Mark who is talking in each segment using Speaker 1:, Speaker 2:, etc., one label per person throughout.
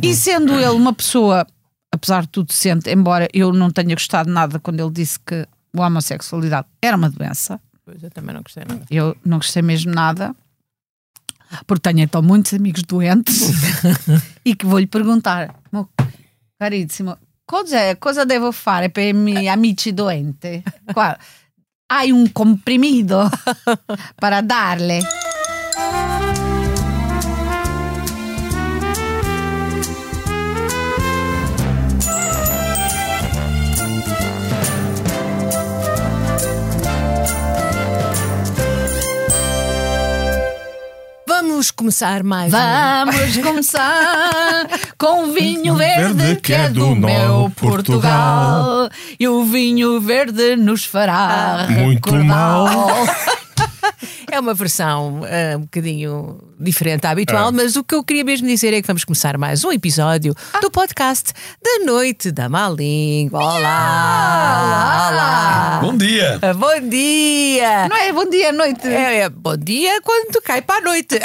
Speaker 1: E sendo ele uma pessoa, apesar de tudo decente, embora eu não tenha gostado nada quando ele disse que a homossexualidade era uma doença,
Speaker 2: Pois, eu também não gostei nada.
Speaker 1: eu não gostei mesmo nada, porque tenho então muitos amigos doentes e que vou-lhe perguntar, meu caríssimo, cosa, cosa devo fare per i miei amici doente? Qua, hai un comprimido para darle?
Speaker 2: Vamos começar mais. um-
Speaker 1: Vamos começar com o vinho verde, que é do meu Portugal. E o vinho verde nos fará
Speaker 2: Ah.
Speaker 3: Muito
Speaker 1: recordar.
Speaker 2: um- É uma versão ah, um bocadinho diferente da habitual,
Speaker 3: Ah.
Speaker 2: mas o que eu queria mesmo dizer é que vamos começar mais um episódio
Speaker 1: Ah.
Speaker 2: do podcast da Noite da Má Língua. Olá! Olá!
Speaker 3: Bom dia!
Speaker 2: Ah, Bom dia!
Speaker 1: Não é bom dia, noite.
Speaker 2: É, é, bom dia quando tu cai para a noite.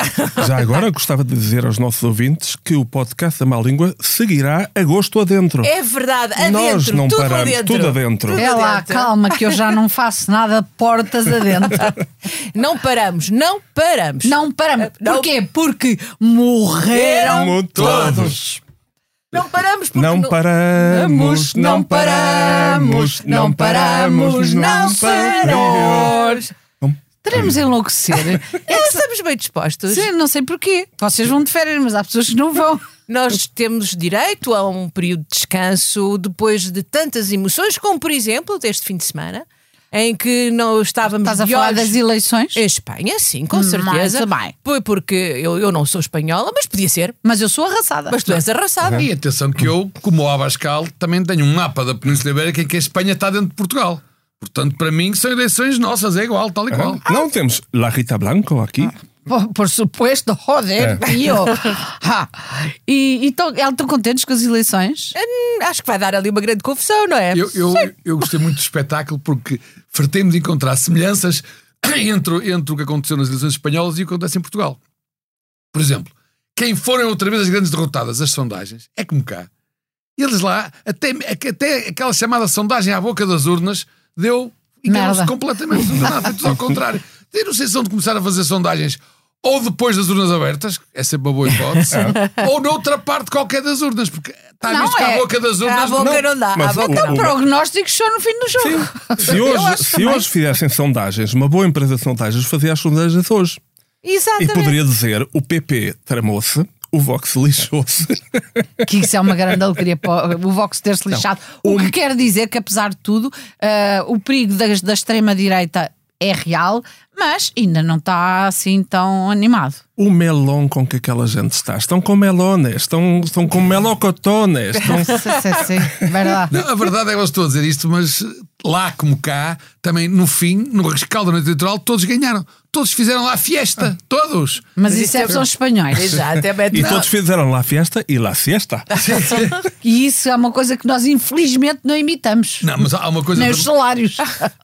Speaker 3: Já agora gostava de dizer aos nossos ouvintes que o podcast da Má Língua seguirá a gosto adentro.
Speaker 2: É verdade,
Speaker 3: Nós
Speaker 2: adentro,
Speaker 3: não
Speaker 2: tudo
Speaker 3: paramos,
Speaker 2: adentro.
Speaker 3: tudo adentro.
Speaker 2: Tudo
Speaker 1: É lá,
Speaker 2: adentro.
Speaker 1: calma, que eu já não faço nada portas adentro.
Speaker 2: Não paramos, não paramos.
Speaker 1: Não paramos.
Speaker 2: Não.
Speaker 1: Porquê? Porque morreram
Speaker 3: Como
Speaker 1: todos.
Speaker 2: Não paramos porque
Speaker 3: Não paramos, não paramos, não paramos, não paramos.
Speaker 2: senhores.
Speaker 1: Teremos enlouquecer.
Speaker 2: É, estamos bem dispostos.
Speaker 1: Sim, não sei porquê. Vocês vão de férias, mas há pessoas que não vão.
Speaker 2: Nós temos direito a um período de descanso depois de tantas emoções, como por exemplo deste fim de semana, em que não estávamos
Speaker 1: Estás a
Speaker 2: de
Speaker 1: falar
Speaker 2: olhos- É.
Speaker 1: das eleições?
Speaker 2: Em Espanha, sim, com
Speaker 1: Muito
Speaker 2: certeza.
Speaker 1: bem.
Speaker 2: Foi porque eu, eu não sou espanhola, mas podia ser.
Speaker 1: Mas eu sou arrasada.
Speaker 2: Mas tu és arrasada.
Speaker 4: E atenção que eu, como o Abascal, também tenho um mapa da Península Ibérica em que a Espanha está dentro de Portugal. Portanto, para mim, são eleições nossas, é igual, tal e qual.
Speaker 3: Não temos La Rita Blanco aqui?
Speaker 1: Por, por suposto, roder, tio. Ha. E então, elas estão contentes com as eleições?
Speaker 2: Hum, Acho que vai dar ali uma grande confusão, não é?
Speaker 4: Eu, eu, eu gostei muito do espetáculo porque fartei-me de encontrar semelhanças entre, entre o que aconteceu nas eleições espanholas e o que acontece em Portugal. Por exemplo, quem foram outra vez as grandes derrotadas, as sondagens, é como cá. Eles lá, até, até aquela chamada sondagem à boca das urnas, deu enganou-se
Speaker 1: Merda.
Speaker 4: completamente. Não, não, foi tudo ao contrário. Eu não sei se são de começar a fazer sondagens ou depois das urnas abertas, é sempre uma boa hipótese, ou noutra parte qualquer das urnas, porque está
Speaker 1: Não,
Speaker 4: visto que
Speaker 1: é-
Speaker 4: à boca das urnas.
Speaker 2: à boca não, dá. À
Speaker 3: mas
Speaker 2: boca
Speaker 3: o-
Speaker 2: não.
Speaker 3: o-
Speaker 1: Prognósticos só no fim do jogo.
Speaker 3: Se
Speaker 1: Ah. Eu
Speaker 3: hoje,
Speaker 1: acho
Speaker 3: se
Speaker 1: também.
Speaker 3: hoje fizessem sondagens, uma boa empresa de sondagens fazia as sondagens hoje. E
Speaker 2: Exatamente.
Speaker 3: poderia dizer o PP tramou-se, o Vox lixou-se.
Speaker 1: Que isso é uma grande alegria para o Vox ter-se lixado. o que quer dizer que, apesar de tudo, eh, o perigo das- da, extrema-direita é real, mas ainda não está assim tão animado.
Speaker 3: o melão com que aquela gente está. Estão com melones, estão, estão com melocotones. Estão...
Speaker 1: Sim, sim, sim, verdade.
Speaker 4: Não, a verdade é que eu estou a dizer isto, mas lá como cá, também no fim, no rescaldo da noite eleitoral, todos ganharam. Todos fizeram lá fiesta.
Speaker 1: Ah.
Speaker 4: Todos.
Speaker 1: Mas isso é, são espanhóis.
Speaker 2: Exatamente.
Speaker 3: E
Speaker 2: Não.
Speaker 3: todos fizeram lá fiesta e lá siesta.
Speaker 1: E isso é uma coisa que nós, infelizmente, não imitamos.
Speaker 4: Não, mas há uma coisa.
Speaker 1: Nem os salários.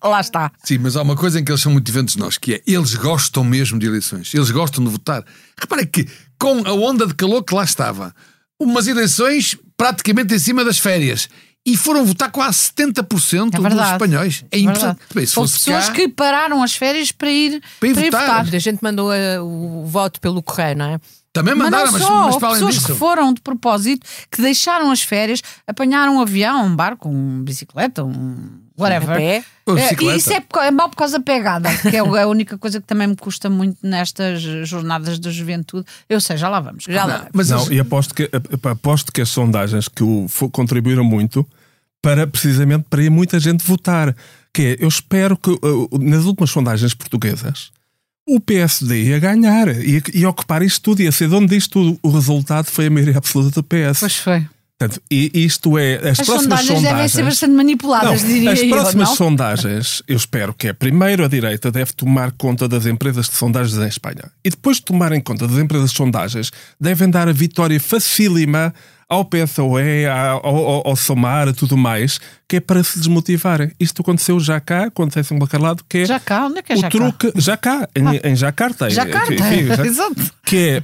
Speaker 1: Lá está.
Speaker 4: Sim, mas há uma coisa em que eles são muito diferentes de nós, que é eles gostam mesmo de eleições. Eles gostam de votar. Repara que, com a onda de calor que lá estava, umas eleições praticamente em cima das férias. E foram votar quase 70%
Speaker 1: É
Speaker 4: dos
Speaker 1: verdade.
Speaker 4: espanhóis. É
Speaker 1: Verdade.
Speaker 4: impressionante. Bem, se
Speaker 1: Houve
Speaker 4: fosse
Speaker 1: pessoas
Speaker 4: cá-
Speaker 1: que pararam as férias para ir,
Speaker 4: Para ir votar.
Speaker 2: A gente mandou eh, o voto pelo correio, não é?
Speaker 4: Também
Speaker 1: Mas
Speaker 4: mandaram,
Speaker 1: não
Speaker 4: mas,
Speaker 1: só,
Speaker 4: mas
Speaker 1: houve
Speaker 4: para além
Speaker 1: pessoas
Speaker 4: disso.
Speaker 1: que foram de propósito, que deixaram as férias, apanharam um avião, um barco, uma bicicleta, um
Speaker 2: A
Speaker 1: whatever.
Speaker 2: pé.
Speaker 4: Ou
Speaker 1: É,
Speaker 4: bicicleta.
Speaker 1: e isso é, por ca- é mal por causa da pegada, que é a única coisa que também me custa muito nestas jornadas da juventude. Eu sei, já lá vamos.
Speaker 2: Já lá.
Speaker 4: Não, mas eles-
Speaker 3: Não, e aposto que, ap- aposto que as sondagens que o, fo- contribuíram muito para precisamente para ir muita gente votar. Que é, eu espero que uh, nas últimas sondagens portuguesas o PSD ia ganhar e ia ocupar isto tudo, ia ser dono disto tudo. O resultado foi a maioria absoluta do PS.
Speaker 1: Pois foi.
Speaker 3: Portanto, e isto é. As,
Speaker 1: As
Speaker 3: próximas
Speaker 1: sondagens, devem ser
Speaker 3: sondagens-
Speaker 1: bastante manipuladas,
Speaker 3: Não,
Speaker 1: Ah, diria
Speaker 3: as
Speaker 1: eu,
Speaker 3: próximas
Speaker 1: não?
Speaker 3: sondagens, eu espero que é primeiro a direita deve tomar conta das empresas de sondagens em Espanha. E depois de tomarem conta das empresas de sondagens, devem dar a vitória facílima ao PSOE, à- ao, ao, ao Somar, a tudo mais, que é para se desmotivarem. Isto aconteceu já cá, acontece em qualquer lado, que é
Speaker 1: Já cá, onde é que é
Speaker 3: o
Speaker 1: já cá?
Speaker 3: truque já cá, em, em Jacarta.
Speaker 1: Jacarta,
Speaker 3: Enfim, já-
Speaker 1: exato.
Speaker 3: que é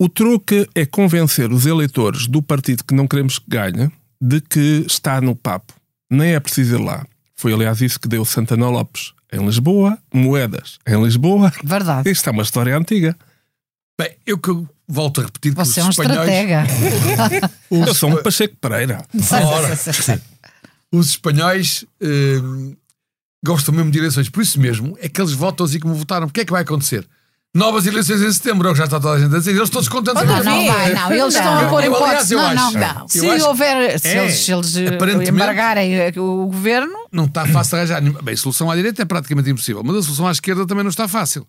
Speaker 3: O truque é convencer os eleitores do partido que não queremos que ganhe de que está no papo. Nem é preciso ir lá. Foi, aliás, isso que deu Santana Lopes em Lisboa, Moedas em Lisboa.
Speaker 1: Verdade.
Speaker 3: Isto é uma história antiga.
Speaker 4: Bem, eu que eu volto a repetir que os
Speaker 1: Você é um
Speaker 4: espanhóis.
Speaker 1: estratega.
Speaker 3: Eu sou um Pacheco Pereira.
Speaker 4: Ora. Os espanhóis hum, gostam mesmo de eleições, por isso mesmo é que eles votam assim como votaram. O que é que vai acontecer? Novas eleições em setembro, é o que já está toda a gente a dizer. Eles todos contentes
Speaker 1: Não,
Speaker 4: agora.
Speaker 1: não vai, não. Eles estão a
Speaker 4: Não,
Speaker 1: pôr
Speaker 4: eu,
Speaker 1: em
Speaker 4: aliás,
Speaker 1: hipótese.
Speaker 4: eu
Speaker 1: Não, não,
Speaker 4: acho.
Speaker 1: não.
Speaker 4: Eu
Speaker 1: Se
Speaker 4: acho-
Speaker 1: houver, se
Speaker 4: É.
Speaker 1: eles, se eles eh,
Speaker 4: Aparentemente-
Speaker 1: embargarem eh, o governo,
Speaker 4: Não está fácil arranjar. nenhuma- Bem, a solução à direita é praticamente impossível, mas a solução à esquerda também não está fácil.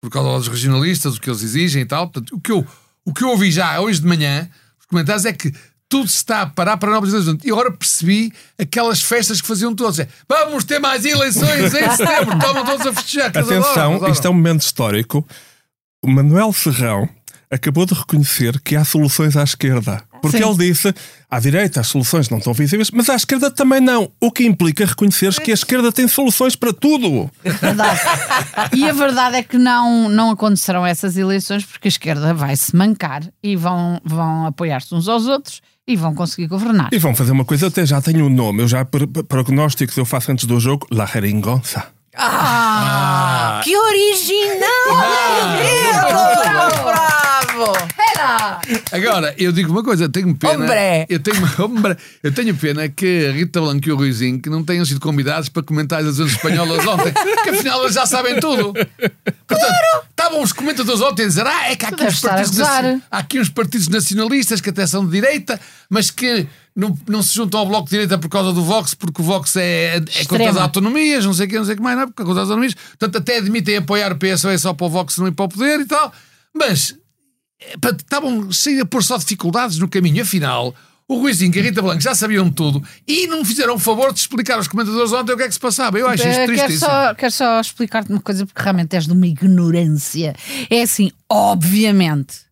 Speaker 4: Por causa dos regionalistas, o que eles exigem e tal. Portanto, o que eu, o que eu ouvi já hoje de manhã, os comentários, é que tudo se está a parar para novas eleições. E agora percebi aquelas festas que faziam todos. É, Vamos ter mais eleições em setembro, tomam todos a festejar. que eles adoram,
Speaker 3: Atenção,
Speaker 4: adoram."
Speaker 3: isto é um momento histórico. O Manuel Serrão acabou de reconhecer que há soluções à esquerda. Porque
Speaker 1: Sim.
Speaker 3: ele disse, à direita as soluções não estão visíveis, mas à esquerda também não. O que implica reconheceres que a esquerda tem soluções para tudo.
Speaker 1: é verdade. e a verdade é que não, não acontecerão essas eleições porque a esquerda vai se mancar e vão, vão apoiar-se uns aos outros e vão conseguir governar.
Speaker 3: E vão fazer uma coisa, eu até já tenho um nome, eu já para prognósticos eu faço antes do jogo, La Jeringonça.
Speaker 2: Ah, que original! Meu Deus! Bravo!
Speaker 1: Espera!
Speaker 4: Agora, eu digo uma coisa, eu tenho pena.
Speaker 2: Hombre.
Speaker 4: Eu tenho, hombre, eu tenho pena que a Rita Blanco e o Ruizinho que não tenham sido convidados para comentar as eleições espanholas ontem, que afinal eles já sabem tudo. Portanto, estavam os comentadores ontem a dizer: ah, é que há
Speaker 1: Tu
Speaker 4: aqui, uns
Speaker 1: deves estar a
Speaker 4: partidos,
Speaker 1: gozar."
Speaker 4: naci- há aqui uns partidos nacionalistas que até são de direita, mas que não, não se juntam ao bloco de direita por causa do Vox, porque o Vox é, é contra as
Speaker 1: Extrema.
Speaker 4: autonomias, não sei o que, não sei o que mais, não é? Porque é contra as autonomias. Portanto, até admitem apoiar o PSOE só para o Vox não ir para o poder e tal. Mas Pá, estavam sem a pôr só dificuldades no caminho. Afinal, o Ruizinho e a Rita Blanco já sabiam tudo e não fizeram o favor de explicar aos comentadores ontem o que é que se passava. Eu acho isto
Speaker 1: Eh, Quero
Speaker 4: tristíssimo.
Speaker 1: só, quero só explicar-te uma coisa, porque realmente és de uma ignorância. É assim, obviamente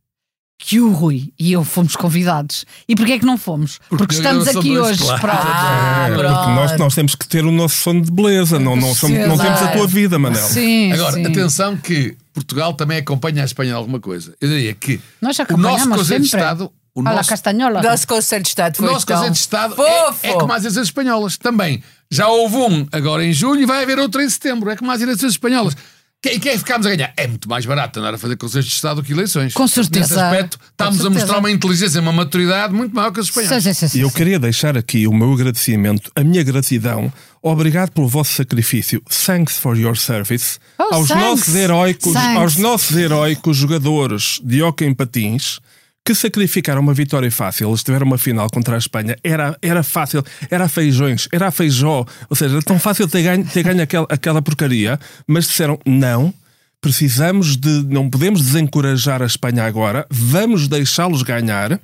Speaker 1: que o Rui e eu fomos convidados. E porquê é que não fomos? Porque,
Speaker 4: eu
Speaker 1: estamos
Speaker 4: sou
Speaker 1: aqui
Speaker 4: dois,
Speaker 1: hoje.
Speaker 4: claro.
Speaker 1: Pronto.
Speaker 2: Ah,
Speaker 3: É, Porque
Speaker 2: pronto.
Speaker 3: nós, nós temos que ter o nosso som de beleza, não, não, somos- não temos a tua vida, Manel.
Speaker 1: Sim,
Speaker 4: Ah, Agora,
Speaker 1: sim.
Speaker 4: atenção que Portugal também acompanha a Espanha em alguma coisa. Eu diria que
Speaker 1: Nós
Speaker 4: o nosso
Speaker 1: acompanhamos
Speaker 4: Conselho de
Speaker 1: sempre.
Speaker 4: Estado. O
Speaker 1: Olha a
Speaker 4: nosso,
Speaker 1: castanhola.
Speaker 2: O nosso Conselho de Estado
Speaker 4: o
Speaker 2: foi
Speaker 4: nosso
Speaker 2: tão
Speaker 4: Conselho de Estado
Speaker 2: fofo.
Speaker 4: é, é como as eleições espanholas. Também. Já houve um agora em julho e vai haver outro em setembro. É como as eleições espanholas. Quem, quem ficámos a ganhar? É muito mais barato andar a fazer conselhos de Estado do que eleições.
Speaker 1: Com certeza.
Speaker 4: Nesse aspecto,
Speaker 1: Com
Speaker 4: estamos a
Speaker 1: certeza.
Speaker 4: mostrar uma inteligência, uma maturidade muito maior que os espanhóis.
Speaker 1: Sim,
Speaker 2: assim,
Speaker 1: sim, sim, sim.
Speaker 3: E eu queria deixar aqui o meu agradecimento, a minha gratidão. Obrigado pelo vosso sacrifício. Thanks for your service.
Speaker 1: Oh,
Speaker 3: aos,
Speaker 1: thanks.
Speaker 3: nossos heroicos,
Speaker 1: Thanks.
Speaker 3: aos nossos heroicos jogadores de hockey em patins que sacrificaram uma vitória fácil. Eles tiveram uma final contra a Espanha. Era, era fácil. Era a feijões. Era a feijó. Ou seja, era tão fácil ter ganho, ter ganho aquela, aquela porcaria. Mas disseram não. Precisamos de. Não podemos desencorajar a Espanha agora. Vamos deixá-los ganhar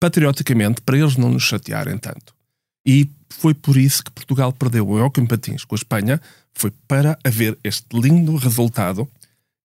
Speaker 3: patrioticamente para eles não nos chatearem tanto. E foi por isso que Portugal perdeu o Euro em Patins com a Espanha, foi para haver este lindo resultado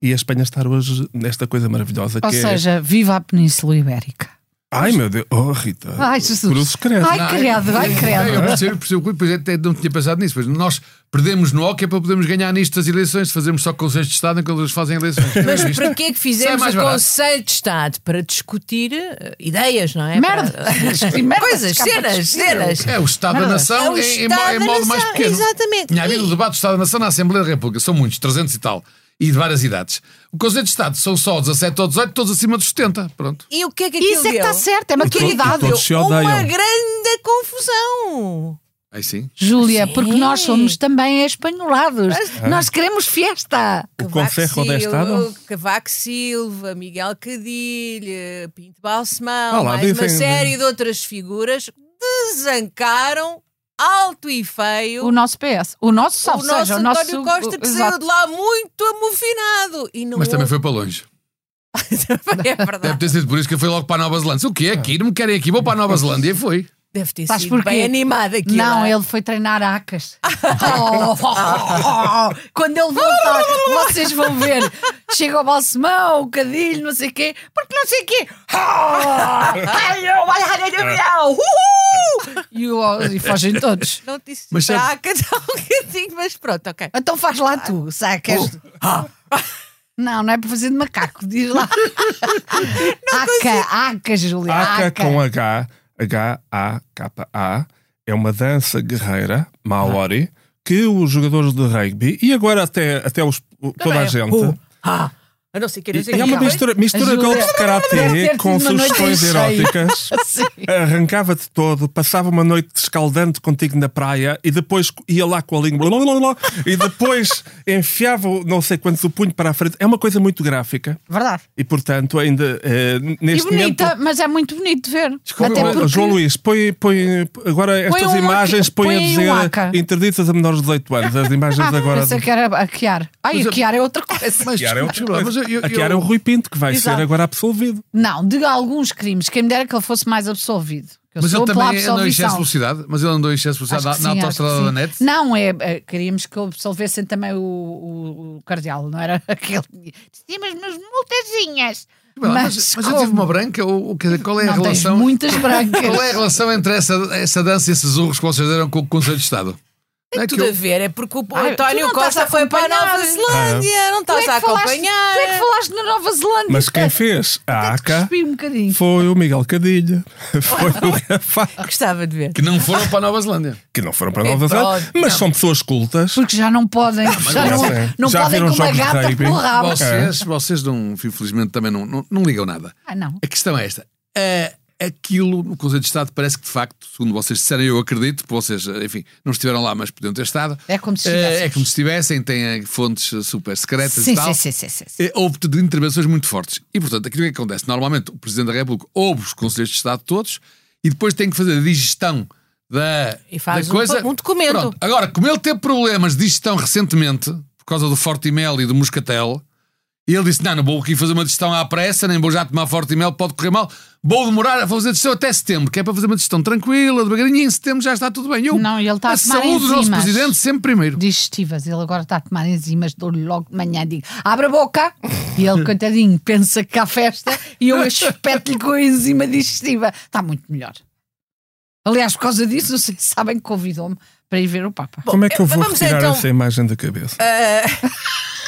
Speaker 3: e a Espanha estar hoje nesta coisa maravilhosa
Speaker 1: Ou
Speaker 3: que é.
Speaker 1: seja, viva a Península Ibérica.
Speaker 3: Ai meu Deus, oh Rita,
Speaker 1: Ai, Jesus.
Speaker 3: cruzes credo.
Speaker 1: Ai, credo, ai, credo.
Speaker 4: é? Eu percebo, eu percebo, pois é, até não tinha pensado nisso. Pois nós perdemos no hockey para podermos ganhar nisto das eleições, se fazermos só conselhos de Estado enquanto eles fazem eleições.
Speaker 2: Mas
Speaker 4: Isto-
Speaker 2: para que é que fizemos
Speaker 4: Sai mais
Speaker 2: o
Speaker 4: barato.
Speaker 2: Conselho de Estado? Para discutir eh, ideias, não é?
Speaker 1: Merda.
Speaker 2: Para-
Speaker 1: Discutir merda,
Speaker 2: Coisas,
Speaker 1: escapa
Speaker 2: cenas,
Speaker 1: discutir.
Speaker 2: cenas.
Speaker 4: É o Estado da
Speaker 1: Nada.
Speaker 2: É
Speaker 4: Nação
Speaker 2: o
Speaker 4: em, em
Speaker 2: Estado
Speaker 4: em
Speaker 2: da
Speaker 4: modo mais
Speaker 2: Nação,
Speaker 4: pequeno.
Speaker 2: exatamente.
Speaker 4: Minha vida,
Speaker 2: E-
Speaker 4: o debate do Estado da Nação na Assembleia da República são muitos, 300 e tal, e de várias idades. O Conselho de Estado são só 17 ou 18, todos acima dos 70. Pronto.
Speaker 2: E o que é que aquilo
Speaker 1: Isso é que
Speaker 2: deu?
Speaker 1: está certo, é
Speaker 3: to-
Speaker 1: maturidade.
Speaker 3: todos se
Speaker 2: Uma
Speaker 3: odeiam.
Speaker 2: grande confusão.
Speaker 4: Aí sim. Ah.
Speaker 1: Júlia,
Speaker 2: Sim.
Speaker 1: porque nós somos também espanholados. Nós queremos fiesta.
Speaker 3: O Conselho de Estado?
Speaker 2: Silva, Cavaco Silva, Miguel Cadilha, Pinto Balsemão,
Speaker 3: Ah lá,
Speaker 2: mais uma
Speaker 3: dizem-
Speaker 2: série de outras figuras desancaram alto e feio
Speaker 1: O nosso PS. O nosso,
Speaker 2: o
Speaker 1: salve
Speaker 2: nosso
Speaker 1: seja, o nosso
Speaker 2: António Costa que saiu
Speaker 1: Exato.
Speaker 2: de lá muito amofinado. E não
Speaker 4: Mas também
Speaker 2: houve-
Speaker 4: foi para longe.
Speaker 2: é
Speaker 4: Deve
Speaker 2: verdade.
Speaker 4: ter sido por isso que eu fui logo para a Nova Zelândia. O que é aqui? Não me querem aqui, vou para a Nova Zelândia e foi.
Speaker 2: Deve ter
Speaker 1: Sabes
Speaker 2: sido
Speaker 1: porquê?
Speaker 2: bem animado é? aqui.
Speaker 1: Não, é? ele foi treinar acas. Oh, oh, oh, oh. Quando ele voltar, vocês vão ver. Chega o balsemão, o cadilho, não sei o quê. Porque não sei o quê. Oh, ai, eu, ai, ai, ai, ai, ai, uhul. E o- E fogem todos.
Speaker 2: Não te disse
Speaker 4: Mas sabe-
Speaker 2: saca, dá um bocadinho, mas pronto, ok.
Speaker 1: Então faz lá tu, sacas? Não, não é para fazer de macaco, diz lá. Aca, aca, Júlia.
Speaker 3: Aca
Speaker 1: Aca.
Speaker 3: com H, H-A-K-A, é uma dança guerreira, maori, que os jogadores de rugby e agora até, até os, toda a gente.
Speaker 2: Uh, ah, eu não sei o que não sei o
Speaker 3: E é
Speaker 2: que
Speaker 3: uma
Speaker 1: Ajuda.
Speaker 3: mistura, mistura
Speaker 1: Ajuda.
Speaker 3: golpes de karatê
Speaker 1: Deve ter
Speaker 3: com
Speaker 1: sido uma noite
Speaker 3: sugestões
Speaker 1: cheia.
Speaker 3: eróticas.
Speaker 1: Sim.
Speaker 3: Arrancava-te todo, passava uma noite escaldante contigo na praia e depois ia lá com a língua blá, blá, blá, blá, e depois enfiava o- não sei quantos o punho para a frente. É uma coisa muito gráfica
Speaker 1: Verdade.
Speaker 3: e, portanto, ainda eh,
Speaker 1: E
Speaker 3: neste momento.
Speaker 1: bonita, mas é muito bonito de ver.
Speaker 4: Desculpa,
Speaker 1: Até
Speaker 4: mas-
Speaker 1: porque...
Speaker 3: João Luís, põe, põe agora estas
Speaker 1: um
Speaker 3: imagens,
Speaker 1: arqui-
Speaker 3: põe, a
Speaker 1: põe um
Speaker 3: dizer
Speaker 1: aca.
Speaker 3: interditas a menores de 18 anos. As imagens
Speaker 1: Ah,
Speaker 3: agora.
Speaker 1: pensei que era a Kiara. Ai,
Speaker 4: Mas
Speaker 1: a
Speaker 4: eu- um-
Speaker 1: Kiara é outra coisa.
Speaker 4: Mas,
Speaker 3: Chiara é outra
Speaker 4: desculpa, mas
Speaker 3: coisa.
Speaker 4: eu, eu,
Speaker 3: A Chiara é o Rui Pinto que vai
Speaker 1: Exato.
Speaker 3: ser agora absolvido.
Speaker 1: Não, de alguns crimes. Quem me dera que ele fosse mais absolvido. Eu
Speaker 4: mas
Speaker 1: sou
Speaker 4: ele
Speaker 1: pela
Speaker 4: também andou em
Speaker 1: absolvição.
Speaker 4: excesso de velocidade, mas ele andou em excesso de
Speaker 1: um Acho
Speaker 4: velocidade
Speaker 1: que
Speaker 4: na,
Speaker 1: sim,
Speaker 4: na
Speaker 1: acho que
Speaker 4: autostrada da
Speaker 1: sim.
Speaker 4: net.
Speaker 1: Não, é, é, queríamos que absolvessem também o, o, o cardeal, não era aquele. Tinha as minhas multazinhas.
Speaker 4: Mas, mas eu tive
Speaker 1: como?
Speaker 4: uma branca, ou, ou quer dizer, qual é a
Speaker 1: Não, tens
Speaker 4: relação?
Speaker 1: muitas brancas.
Speaker 4: Qual é a relação entre essa, essa dança e esses urros que vocês deram com o Conselho de Estado? Não é que
Speaker 2: Tudo a
Speaker 4: eu-
Speaker 2: ver, é porque o
Speaker 1: Ai, tu
Speaker 2: António
Speaker 1: não estás
Speaker 2: Costa
Speaker 1: a
Speaker 2: foi para a
Speaker 1: acompanhar.
Speaker 2: Nova Zelândia, não
Speaker 1: Tu é
Speaker 2: estás
Speaker 1: que
Speaker 2: a
Speaker 1: falaste-
Speaker 2: acompanhar.
Speaker 1: Tu é que falaste na Nova Zelândia.
Speaker 3: Mas quem fez a ACA
Speaker 1: Cuspi um bocadinho.
Speaker 3: foi o Miguel Cadilha. Foi o rapaz
Speaker 2: Gostava de ver.
Speaker 4: que não foram para a Nova Zelândia.
Speaker 3: que não foram para
Speaker 2: É
Speaker 3: Nova Zelândia,
Speaker 2: pronto,
Speaker 3: mas
Speaker 2: não.
Speaker 3: são pessoas cultas.
Speaker 1: Porque já não podem.
Speaker 4: Ah,
Speaker 1: já
Speaker 3: já
Speaker 1: não,
Speaker 3: sei.
Speaker 1: não
Speaker 3: Já
Speaker 1: podem
Speaker 3: viram
Speaker 1: com uma
Speaker 3: jogos de
Speaker 1: gata
Speaker 3: rugby?
Speaker 1: pelo rabo.
Speaker 4: Vocês, vocês não, infelizmente, também não, não, não ligam nada.
Speaker 1: Ah, não.
Speaker 4: A questão é esta. É, aquilo no Conselho de Estado parece que, de facto, segundo vocês disserem, eu acredito, porque vocês, enfim, não estiveram lá, mas podiam ter estado.
Speaker 1: É como se
Speaker 4: É,
Speaker 1: estivessem.
Speaker 4: é como se estivessem, têm eh, fontes eh, super secretas e
Speaker 1: Sim,
Speaker 4: tal.
Speaker 1: sim, sim, sim, sim. sim.
Speaker 4: Eh, Houve de intervenções muito fortes. E, portanto, aquilo que acontece, normalmente o Presidente da República ouve os Conselheiros de Estado todos e depois tem que fazer a digestão da,
Speaker 2: E faz
Speaker 4: da
Speaker 2: um-
Speaker 4: coisa.
Speaker 2: um documento.
Speaker 4: Pronto. Agora, como ele teve problemas de digestão recentemente, por causa do Fortimel e do Moscatel, e ele disse: Não, não vou aqui fazer uma digestão à pressa, nem vou já tomar Fortimel, pode correr mal. Vou demorar a fazer a digestão até setembro, que é para fazer uma digestão tranquila, devagarinho, e em setembro já está tudo bem. Eu,
Speaker 1: Não, ele está a
Speaker 4: a
Speaker 1: tomar
Speaker 4: saúde do nosso
Speaker 1: enzimas.
Speaker 4: Presidente sempre primeiro.
Speaker 1: digestivas. Ele agora está a tomar enzimas, dou-lhe logo de manhã, digo, abre a boca. E ele, coitadinho, pensa que há festa e eu espeto-lhe com a enzima digestiva. Está muito melhor. Aliás, por causa disso, não sei se sabem que convidou-me para ir ver o Papa.
Speaker 3: Como é que eu vou
Speaker 2: vamos
Speaker 3: retirar
Speaker 2: então- Eh,
Speaker 3: essa imagem da cabeça?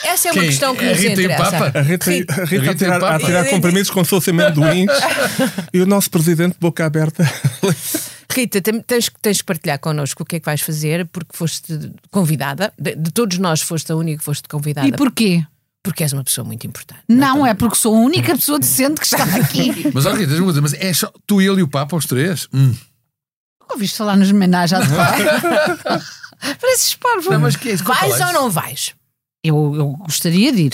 Speaker 2: Essa é uma
Speaker 4: Quem?
Speaker 2: questão que
Speaker 4: A
Speaker 2: nos
Speaker 4: Rita e o Papa?
Speaker 2: interessa.
Speaker 3: A Rita, a Rita
Speaker 4: Rita
Speaker 3: a tirar,
Speaker 4: e Papa.
Speaker 3: a tirar comprimidos como se fossem amendoins e o nosso presidente de boca aberta.
Speaker 2: Rita, tem- tens, que- tens que partilhar connosco o que é que vais fazer, porque foste convidada. De, de todos nós, foste a única que foste convidada.
Speaker 1: E porquê?
Speaker 2: Porque és uma pessoa muito importante.
Speaker 1: Não, é porque sou a única pessoa decente que está aqui.
Speaker 4: Mas, ó, Rita, diz-me uma coisa, mas é só tu, ele e o Papa, os três? Hum.
Speaker 1: Nunca ouviste falar nos homenagem à Pareces parvo.
Speaker 4: Não, mas que é isso? Conta lá
Speaker 2: Vais ou
Speaker 4: isso.
Speaker 2: não vais?
Speaker 1: eu, eu gostaria de ir.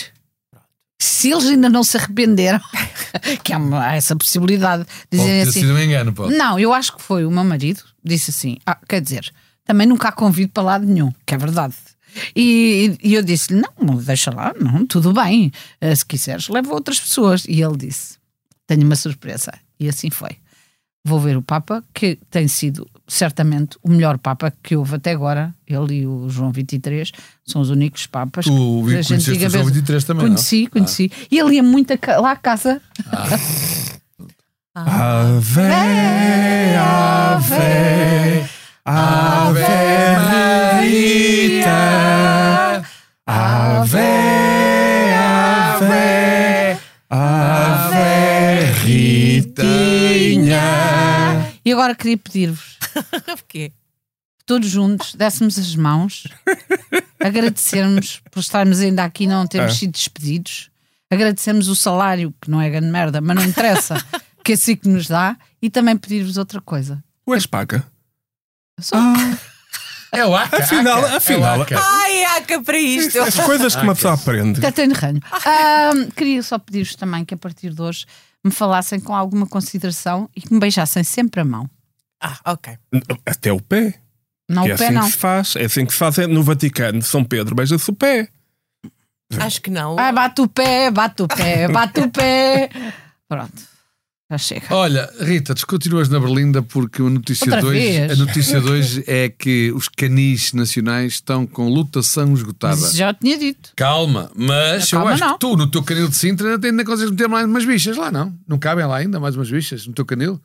Speaker 1: Se eles ainda não se arrependeram, que há, uma- há essa possibilidade,
Speaker 4: Pode
Speaker 1: dizerem
Speaker 4: ter
Speaker 1: assim:
Speaker 4: sido um engano, pode.
Speaker 1: Não, eu acho que foi o meu marido, disse assim: "Ah, quer dizer, também nunca a convido para lado nenhum, que é verdade. E, e eu disse-lhe: Não, deixa lá, não, tudo bem, eh, se quiseres, leva outras pessoas. E ele disse: Tenho uma surpresa. E assim foi. Vou ver o Papa, que tem sido certamente o melhor Papa que houve até agora. Ele e o João 23 são os únicos Papas.
Speaker 4: Tu
Speaker 1: que a gente
Speaker 4: conheceste
Speaker 1: diga
Speaker 4: o João
Speaker 1: mesmo.
Speaker 4: 23 também, não? é? Ah.
Speaker 1: Conheci, conheci. E ele ia muito a ca- lá à casa.
Speaker 3: Ave, ave, ave Marita. Ave, ave, ave Ritinha.
Speaker 1: E agora queria pedir-vos
Speaker 2: Porquê?
Speaker 1: todos juntos dessemos as mãos, agradecermos por estarmos ainda aqui e não termos
Speaker 3: É.
Speaker 1: sido despedidos, agradecermos o salário, que não é grande merda, mas não interessa, que é assim que nos dá, e também pedir-vos outra coisa.
Speaker 3: Tu és paga?
Speaker 1: Eu sou-
Speaker 3: Ah.
Speaker 4: É o Aca.
Speaker 3: Afinal-
Speaker 4: Aca, é o
Speaker 3: afinal-
Speaker 4: Aca.
Speaker 2: Ai, aca para isto.
Speaker 3: As coisas que uma pessoa aprende.
Speaker 1: Até tenho ranho. Ahm, queria só pedir-vos também que a partir de hoje me falassem com alguma consideração e que me beijassem sempre a mão.
Speaker 2: Ah, ok.
Speaker 3: Até o pé.
Speaker 1: Não
Speaker 3: que é
Speaker 1: o pé,
Speaker 3: assim
Speaker 1: não.
Speaker 3: que se faz. É assim que se faz é no Vaticano. São Pedro beija-se o pé.
Speaker 2: Acho que não.
Speaker 1: Ai, Ah, bate o pé, bate o pé, bate o pé. Pronto, já chega.
Speaker 4: Olha, Rita, tu continuas na Berlinda porque a notícia,
Speaker 1: Outra
Speaker 4: de hoje,
Speaker 1: vez?
Speaker 4: a notícia de hoje é que os canis nacionais estão com lotação esgotada.
Speaker 1: Isso já o tinha dito.
Speaker 4: Calma, mas
Speaker 1: Calma,
Speaker 4: eu acho
Speaker 1: não.
Speaker 4: que tu, no teu canil de Sintra, ainda consegues meter mais umas bichas lá, não? Não cabem lá ainda mais umas bichas no teu canil?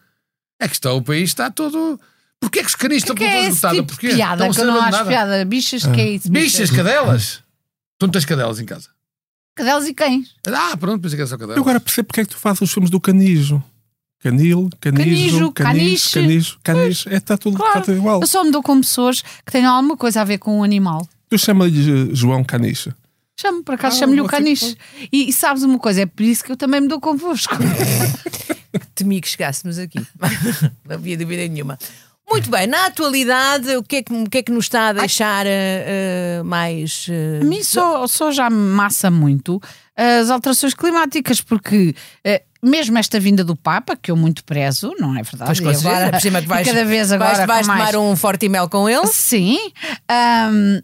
Speaker 4: É que está, o país está todo. Porquê que os canis estão
Speaker 1: que
Speaker 4: com
Speaker 1: é
Speaker 4: lotação
Speaker 1: esse
Speaker 4: esgotada?
Speaker 1: tipo
Speaker 4: Porquê?
Speaker 1: de piada?
Speaker 4: Estão a
Speaker 1: Que eu
Speaker 4: ser
Speaker 1: não acho
Speaker 2: Ah.
Speaker 4: abandonadas.
Speaker 1: piada. Bichas, que é isso?
Speaker 4: Bichas, cadelas? Tu não tens cadelas em casa?
Speaker 1: Cadelas e cães.
Speaker 4: Ah, pronto, pensei que era só cadela.
Speaker 3: Eu agora percebo porque é que tu fazes os filmes do canijo. Canil, canijo,
Speaker 1: Canijo,
Speaker 3: canijo,
Speaker 1: caniche.
Speaker 3: canijo, canijo. É, está tudo, está
Speaker 1: Claro.
Speaker 3: tudo igual.
Speaker 1: Eu só me dou com pessoas que tenham alguma coisa a ver com um animal.
Speaker 3: Tu chama-lhe eh, João Caniche.
Speaker 1: Chamo, por acaso,
Speaker 3: Ah,
Speaker 1: chamo-lhe o
Speaker 3: você-
Speaker 1: caniche. E, e sabes uma coisa, é por isso que eu também me dou convosco.
Speaker 2: Temi que chegássemos aqui. Não havia dúvida nenhuma. Muito bem, na atualidade, o que é que, o que, é que nos está a deixar eh, eh, mais. eh,
Speaker 1: A mim só, só já me massa muito as alterações climáticas, porque eh, mesmo esta vinda do Papa, que eu muito prezo, não é verdade?
Speaker 2: Pois,
Speaker 1: E
Speaker 2: com certeza,
Speaker 1: agora,
Speaker 2: por cima que vais,
Speaker 1: e cada vez
Speaker 2: vais-
Speaker 1: agora
Speaker 2: vais,
Speaker 1: com mais...
Speaker 2: tomar um forte e-mail com ele.
Speaker 1: Sim. ahm,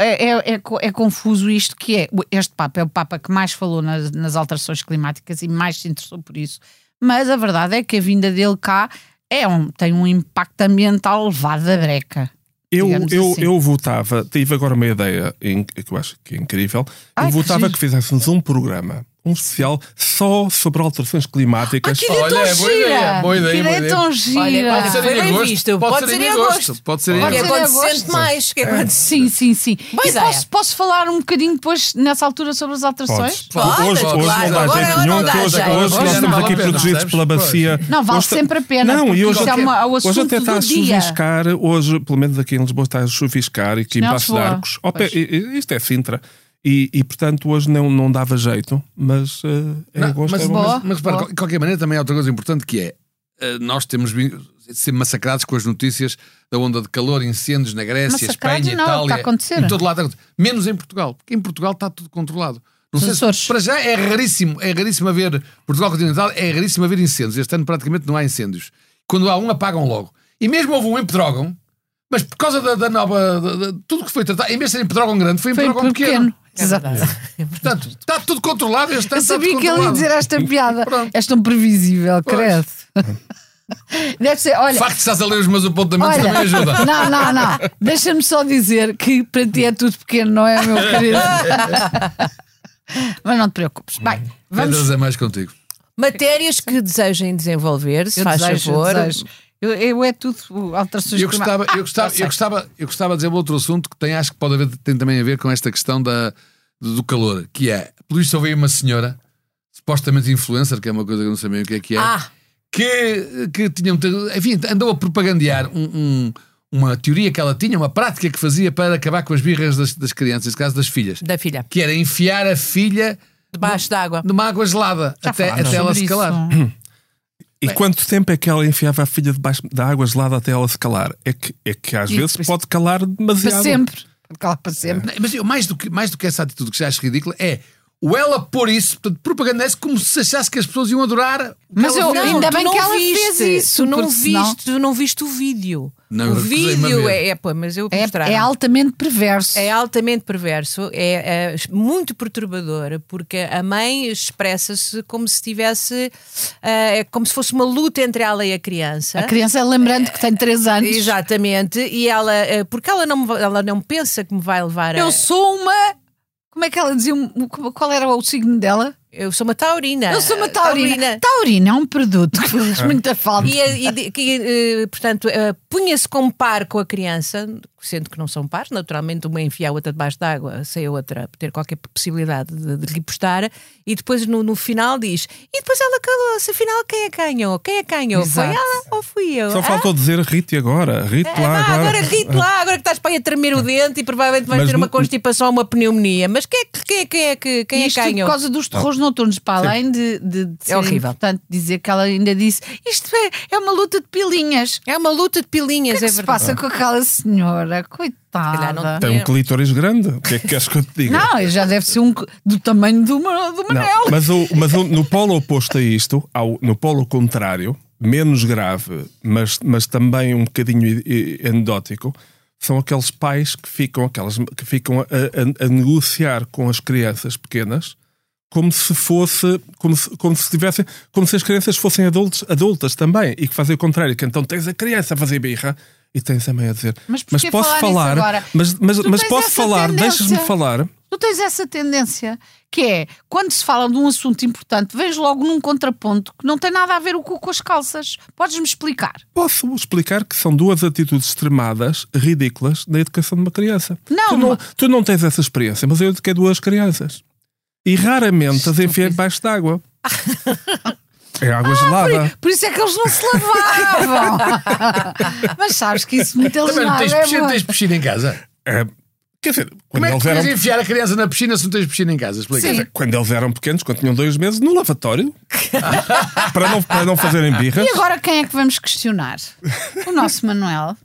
Speaker 1: é, é- é co- é confuso isto que é. o- Este Papa é o Papa que mais falou nas, nas alterações climáticas e mais se interessou por isso. Mas a verdade é que a vinda dele cá é um, tem um impacto ambiental elevado da breca.
Speaker 3: Eu,
Speaker 1: Digamos
Speaker 3: eu,
Speaker 1: assim.
Speaker 3: eu votava, tive agora uma ideia in- que eu acho que é incrível.
Speaker 1: Ai,
Speaker 3: eu
Speaker 1: que
Speaker 3: votava
Speaker 1: giro.
Speaker 3: que, fizéssemos um programa, um especial, só sobre alterações climáticas.
Speaker 1: Que ideia
Speaker 4: Olha,
Speaker 1: tão
Speaker 4: é boa ideia,
Speaker 1: gira!
Speaker 4: boa ideia,
Speaker 1: Que
Speaker 4: boa
Speaker 1: ideia
Speaker 4: ideia.
Speaker 1: tão gira!
Speaker 2: Olha, olha,
Speaker 4: Pode ser
Speaker 2: Foi bem
Speaker 4: em agosto,
Speaker 2: visto,
Speaker 4: Pode, ser em agosto. Pode ser em
Speaker 2: O que é
Speaker 1: Olha,
Speaker 4: agosto.
Speaker 2: acontecente
Speaker 1: agosto.
Speaker 2: mais? O que é acontece?
Speaker 1: Sim, sim, sim.
Speaker 2: Boa
Speaker 1: E
Speaker 2: ideia.
Speaker 1: posso, posso falar um bocadinho depois, nessa altura, sobre as alterações?
Speaker 3: Podes.
Speaker 2: Pode,
Speaker 3: hoje
Speaker 2: claro,
Speaker 3: hoje não dá
Speaker 2: agora
Speaker 3: jeito
Speaker 2: não
Speaker 3: nenhum,
Speaker 2: dá
Speaker 3: que hoje,
Speaker 2: jeito.
Speaker 3: hoje
Speaker 2: Hoje
Speaker 3: nós
Speaker 2: não
Speaker 3: estamos
Speaker 4: vale
Speaker 3: aqui
Speaker 4: a pena,
Speaker 3: protegidos
Speaker 4: percebes?
Speaker 3: pela
Speaker 4: Pois.
Speaker 3: bacia.
Speaker 1: Não, vale
Speaker 3: Hoje ta-
Speaker 1: sempre a pena.
Speaker 3: Não, e
Speaker 1: porque
Speaker 3: hoje,
Speaker 1: isto é uma- o
Speaker 3: hoje até
Speaker 1: assunto
Speaker 3: está a
Speaker 1: do dia.
Speaker 3: chuviscar, hoje, pelo menos aqui em Lisboa, está a chuviscar e aqui em
Speaker 1: Não,
Speaker 3: Passos de
Speaker 1: Lisboa.
Speaker 3: Arcos. Ao pé-
Speaker 1: Pois.
Speaker 3: e- e- isto é Sintra. E, e, portanto hoje não, não dava jeito, mas eh, em
Speaker 4: Não,
Speaker 3: agosto
Speaker 4: mas,
Speaker 3: era uma-
Speaker 1: boa.
Speaker 4: um mas, mas repara,
Speaker 1: boa.
Speaker 4: de qualquer maneira, também há outra coisa importante que é eh, nós temos vindo a ser massacrados com as notícias da onda de calor, incêndios na Grécia,
Speaker 1: Massacrados
Speaker 4: Espanha,
Speaker 1: não,
Speaker 4: Itália.
Speaker 1: está a acontecer.
Speaker 4: Em todo lado está a acontecer. Menos em Portugal, porque em Portugal está tudo controlado. Não sei se-
Speaker 1: Açores.
Speaker 4: para já é raríssimo, é raríssimo haver Portugal continental, é raríssimo haver incêndios. Este ano praticamente não há incêndios. Quando há um, apagam logo. E mesmo houve um em Pedrógão, mas por causa da, da nova. da- da- tudo que foi tratado, em vez de ser em Pedrógão grande, foi em
Speaker 1: Foi
Speaker 4: Pedrógão
Speaker 1: pequeno.
Speaker 4: pequeno.
Speaker 2: É
Speaker 1: Exato.
Speaker 2: verdade.
Speaker 4: Portanto, está tudo controlado este ano.
Speaker 1: Eu
Speaker 4: está
Speaker 1: sabia
Speaker 4: tudo
Speaker 1: que ele ia
Speaker 4: controlado.
Speaker 1: dizer esta piada.
Speaker 4: Pronto.
Speaker 1: És tão previsível,
Speaker 4: Pois.
Speaker 1: credo. Deve ser,
Speaker 4: O
Speaker 1: olha.
Speaker 4: facto de estás a ler os meus apontamentos
Speaker 1: Olha,
Speaker 4: também ajuda.
Speaker 1: não, não, não. Deixa-me só dizer que para ti é tudo pequeno, não é, meu querido? Mas não te preocupes. Bem, vamos.
Speaker 4: Pedras a é mais contigo.
Speaker 2: Matérias que desejem desenvolver,
Speaker 1: É.
Speaker 2: se
Speaker 1: Eu
Speaker 2: faz
Speaker 1: desejo, eu
Speaker 2: favor.
Speaker 1: desejo. Eu, eu é tudo alterações
Speaker 4: Eu gostava,
Speaker 1: climáticas.
Speaker 4: eu, gostava, eu, gostava, eu gostava de dizer um outro assunto que tem, acho que pode haver, tem também a ver com esta questão da, do do calor, que é, pelo visto houve aí uma senhora, supostamente influencer, que é uma coisa que eu não sei bem o que é que é,
Speaker 2: Ah,
Speaker 4: que, que tinha, um te- enfim, andou a propagandear um- um- uma teoria que ela tinha, uma prática que fazia para acabar com as birras das, das crianças, neste caso das filhas,
Speaker 2: da filha.
Speaker 4: que era enfiar a filha
Speaker 2: Debaixo d'água.
Speaker 4: numa água gelada
Speaker 1: Já
Speaker 4: até,
Speaker 1: falámos
Speaker 4: até ela
Speaker 1: sobre
Speaker 4: se calar.
Speaker 1: isso.
Speaker 3: E quanto tempo é que ela enfiava a filha debaixo da água gelada até ela se calar? É que, é que às
Speaker 1: E
Speaker 3: vezes
Speaker 1: depois-
Speaker 3: pode calar demasiado.
Speaker 1: Para sempre. Pode calar para sempre.
Speaker 4: Não, Mas eu, mais, do que, mais do que essa atitude que já acho ridícula é o ela pôr isso, portanto, propagandece como se achasse que as pessoas iam adorar. o que
Speaker 1: Mas
Speaker 4: ela
Speaker 1: eu-
Speaker 4: fez.
Speaker 1: Não, ainda
Speaker 2: tu
Speaker 1: bem que ela fez isso,
Speaker 2: Tu não
Speaker 1: porque senão-
Speaker 2: viste, tu não viste o vídeo.
Speaker 4: Não, eu
Speaker 2: o
Speaker 4: recusei-me a
Speaker 2: vídeo
Speaker 4: ver.
Speaker 2: é, é, pô, mas eu mostrar.
Speaker 1: É, é altamente perverso.
Speaker 2: É altamente perverso, é, é muito perturbador, porque a mãe expressa-se como se tivesse, eh, é como se fosse uma luta entre ela e a criança.
Speaker 1: A criança, é lembrando
Speaker 2: É.
Speaker 1: que tem 3 anos.
Speaker 2: Exatamente, e ela, eh, porque ela não, me va- ela não pensa que me vai levar a.
Speaker 1: Eu sou uma. Como é que ela dizia? Um- como- Qual era o signo dela?
Speaker 2: eu sou uma taurina.
Speaker 1: Eu sou uma taurina. Taurina é um produto que faz
Speaker 3: Ah.
Speaker 1: muita falta.
Speaker 2: E, eh, e de- que, eh, portanto, eh, punha-se como par com a criança, sendo que não são pares, naturalmente, uma enfia a outra debaixo d'água, sem a outra ter qualquer possibilidade de, de lhe postar, e depois no, no final diz: e depois ela calou-se, afinal, quem é que ganhou? Quem é que ganhou? Foi
Speaker 1: Exato.
Speaker 2: ela ou fui eu?
Speaker 3: Só
Speaker 2: Ah,
Speaker 3: faltou dizer rite agora, rite
Speaker 1: É,
Speaker 2: ah,
Speaker 3: lá agora.
Speaker 2: agora rite lá, agora que estás para aí a tremer o dente e provavelmente vais
Speaker 3: Mas
Speaker 2: ter uma
Speaker 3: no-
Speaker 2: constipação ou uma pneumonias. Mas quem é que quem é, quem é, que- quem é que
Speaker 1: Isto por
Speaker 2: ganhou?
Speaker 1: causa
Speaker 3: Oh.
Speaker 1: dos terrores noturnos, para além de, de, de ser
Speaker 2: horrível.
Speaker 1: importante dizer que ela ainda disse isto é, é uma luta de pilinhas.
Speaker 2: É uma luta
Speaker 1: O
Speaker 2: de pilinhas,
Speaker 1: que é que
Speaker 2: é
Speaker 1: se
Speaker 2: verdade.
Speaker 1: passa com aquela senhora?
Speaker 2: calhar
Speaker 1: Coitada.
Speaker 2: não
Speaker 3: Tem um clítoris grande. O que é que queres que eu te diga?
Speaker 1: Não, já deve ser um co- do tamanho do, ma- do
Speaker 3: Não,
Speaker 1: Manel.
Speaker 3: mas o- mas o- no polo oposto a isto, ao, no polo contrário, menos grave, mas, mas também um bocadinho i- i- anedótico, são aqueles pais que ficam, aquelas, que ficam a, a- a negociar com as crianças pequenas como se fosse, como se, como se tivessem, como se as crianças fossem adultos, adultas também, e que fazem o contrário, que então tens a criança a fazer birra e tens a mãe a dizer,
Speaker 1: Mas porquê falar nisso agora?
Speaker 3: mas, mas,
Speaker 1: Tu
Speaker 3: mas
Speaker 1: tens
Speaker 3: posso
Speaker 1: essa
Speaker 3: falar, deixas-me
Speaker 1: tendência.
Speaker 3: falar.
Speaker 1: Tu tens essa tendência que é quando se fala de um assunto importante, vens logo num contraponto que não tem nada a ver o cu com as calças. Podes-me explicar?
Speaker 3: Posso explicar que são duas atitudes extremadas, ridículas, na educação de uma criança.
Speaker 1: Não,
Speaker 3: tu não,
Speaker 1: ma-
Speaker 3: tu não tens essa experiência, mas eu eduquei duas crianças. E raramente as enfiei debaixo d'água. É
Speaker 4: Ah,
Speaker 3: água gelada.
Speaker 1: Por, por isso é que eles não se lavavam. Mas sabes que isso muito eles
Speaker 4: Também não
Speaker 1: não
Speaker 4: tens
Speaker 1: é
Speaker 4: piscina,
Speaker 1: bom.
Speaker 4: tens piscina em casa.
Speaker 3: É, quer dizer,
Speaker 4: Como
Speaker 3: quando
Speaker 4: é que
Speaker 3: eles,
Speaker 4: tu
Speaker 3: eram,
Speaker 4: vais enfiar a criança na piscina se não tens piscina em casa? Explica.
Speaker 1: Sim.
Speaker 3: quando eles eram pequenos, quando tinham dois meses, no lavatório. para, não, para não fazerem birras.
Speaker 1: E agora quem é que vamos questionar? O nosso Manuel.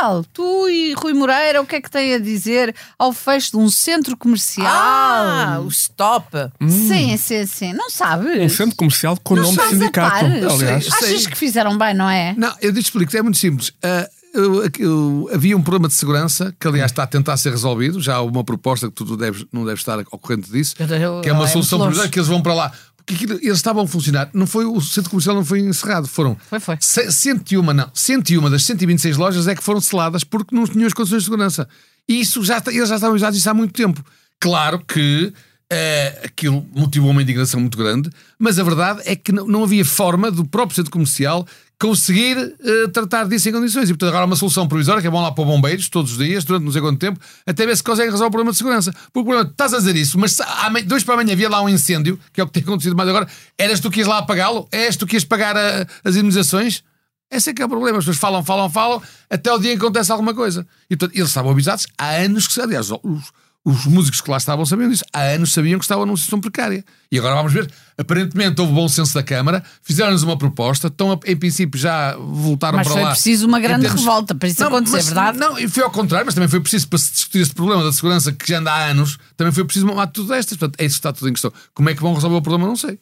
Speaker 1: Manuel, tu e Rui Moreira, o que é que têm a dizer ao fecho de um centro comercial?
Speaker 2: Ah, o stop.
Speaker 4: Hum.
Speaker 1: Sim, sim, sim. Não sabes?
Speaker 3: Um centro comercial com o nome de
Speaker 1: Estás a par?
Speaker 3: sindicato. Aliás,
Speaker 1: Achas
Speaker 4: Sim.
Speaker 1: que fizeram bem, não é?
Speaker 4: Não, eu te explico, é muito simples. Ah, eu- eu- havia um problema de segurança que, aliás, está a tentar ser resolvido. Já há uma proposta que tu tu deves, não deves estar ao corrente disso,
Speaker 2: Eu- eu-
Speaker 4: que é uma
Speaker 2: é
Speaker 4: solução
Speaker 2: muito longe.
Speaker 4: provisória que eles vão para lá. Porque aquilo- eles estavam a funcionar. Não foi, o centro comercial não foi encerrado. Foram
Speaker 1: Foi, foi.
Speaker 4: ce- 101, não, 101 das 126 lojas é que foram seladas porque não tinham as condições de segurança. E isso já, está- eles já estavam usados isso há muito tempo. Claro que eh, aquilo motivou uma indignação muito grande, mas a verdade é que não, não havia forma do próprio centro comercial conseguir eh, tratar disso em condições. E portanto agora há uma solução provisória que é bom lá para bombeiros todos os dias, durante não sei quanto tempo, até ver se conseguem resolver o problema de segurança. Porque o problema, estás a dizer isso, mas se amanhã- de hoje para amanhã havia lá um incêndio, que é o que tem acontecido mais agora, eras tu que ias lá apagá-lo? Eras tu que ias pagar a- as indemnizações? Esse é que é o problema. As pessoas falam, falam, falam, até o dia em que acontece alguma coisa. E portanto, eles estavam avisados há anos que aliás, os, os músicos que lá estavam sabiam disso, há anos sabiam que estavam numa situação precária. E agora vamos ver. Aparentemente houve bom senso da Câmara, fizeram-nos uma proposta, estão a- em princípio já voltaram
Speaker 1: Mas
Speaker 4: para
Speaker 1: foi
Speaker 4: lá.
Speaker 1: preciso uma
Speaker 4: em
Speaker 1: grande revolta para isso acontecer,
Speaker 4: mas,
Speaker 1: verdade?
Speaker 4: Não, e foi ao contrário, mas também foi preciso para se discutir este problema da segurança que já anda há anos, também foi preciso uma atitude destas. Portanto, é isso que está tudo em questão. Como é que vão resolver o problema? Não sei.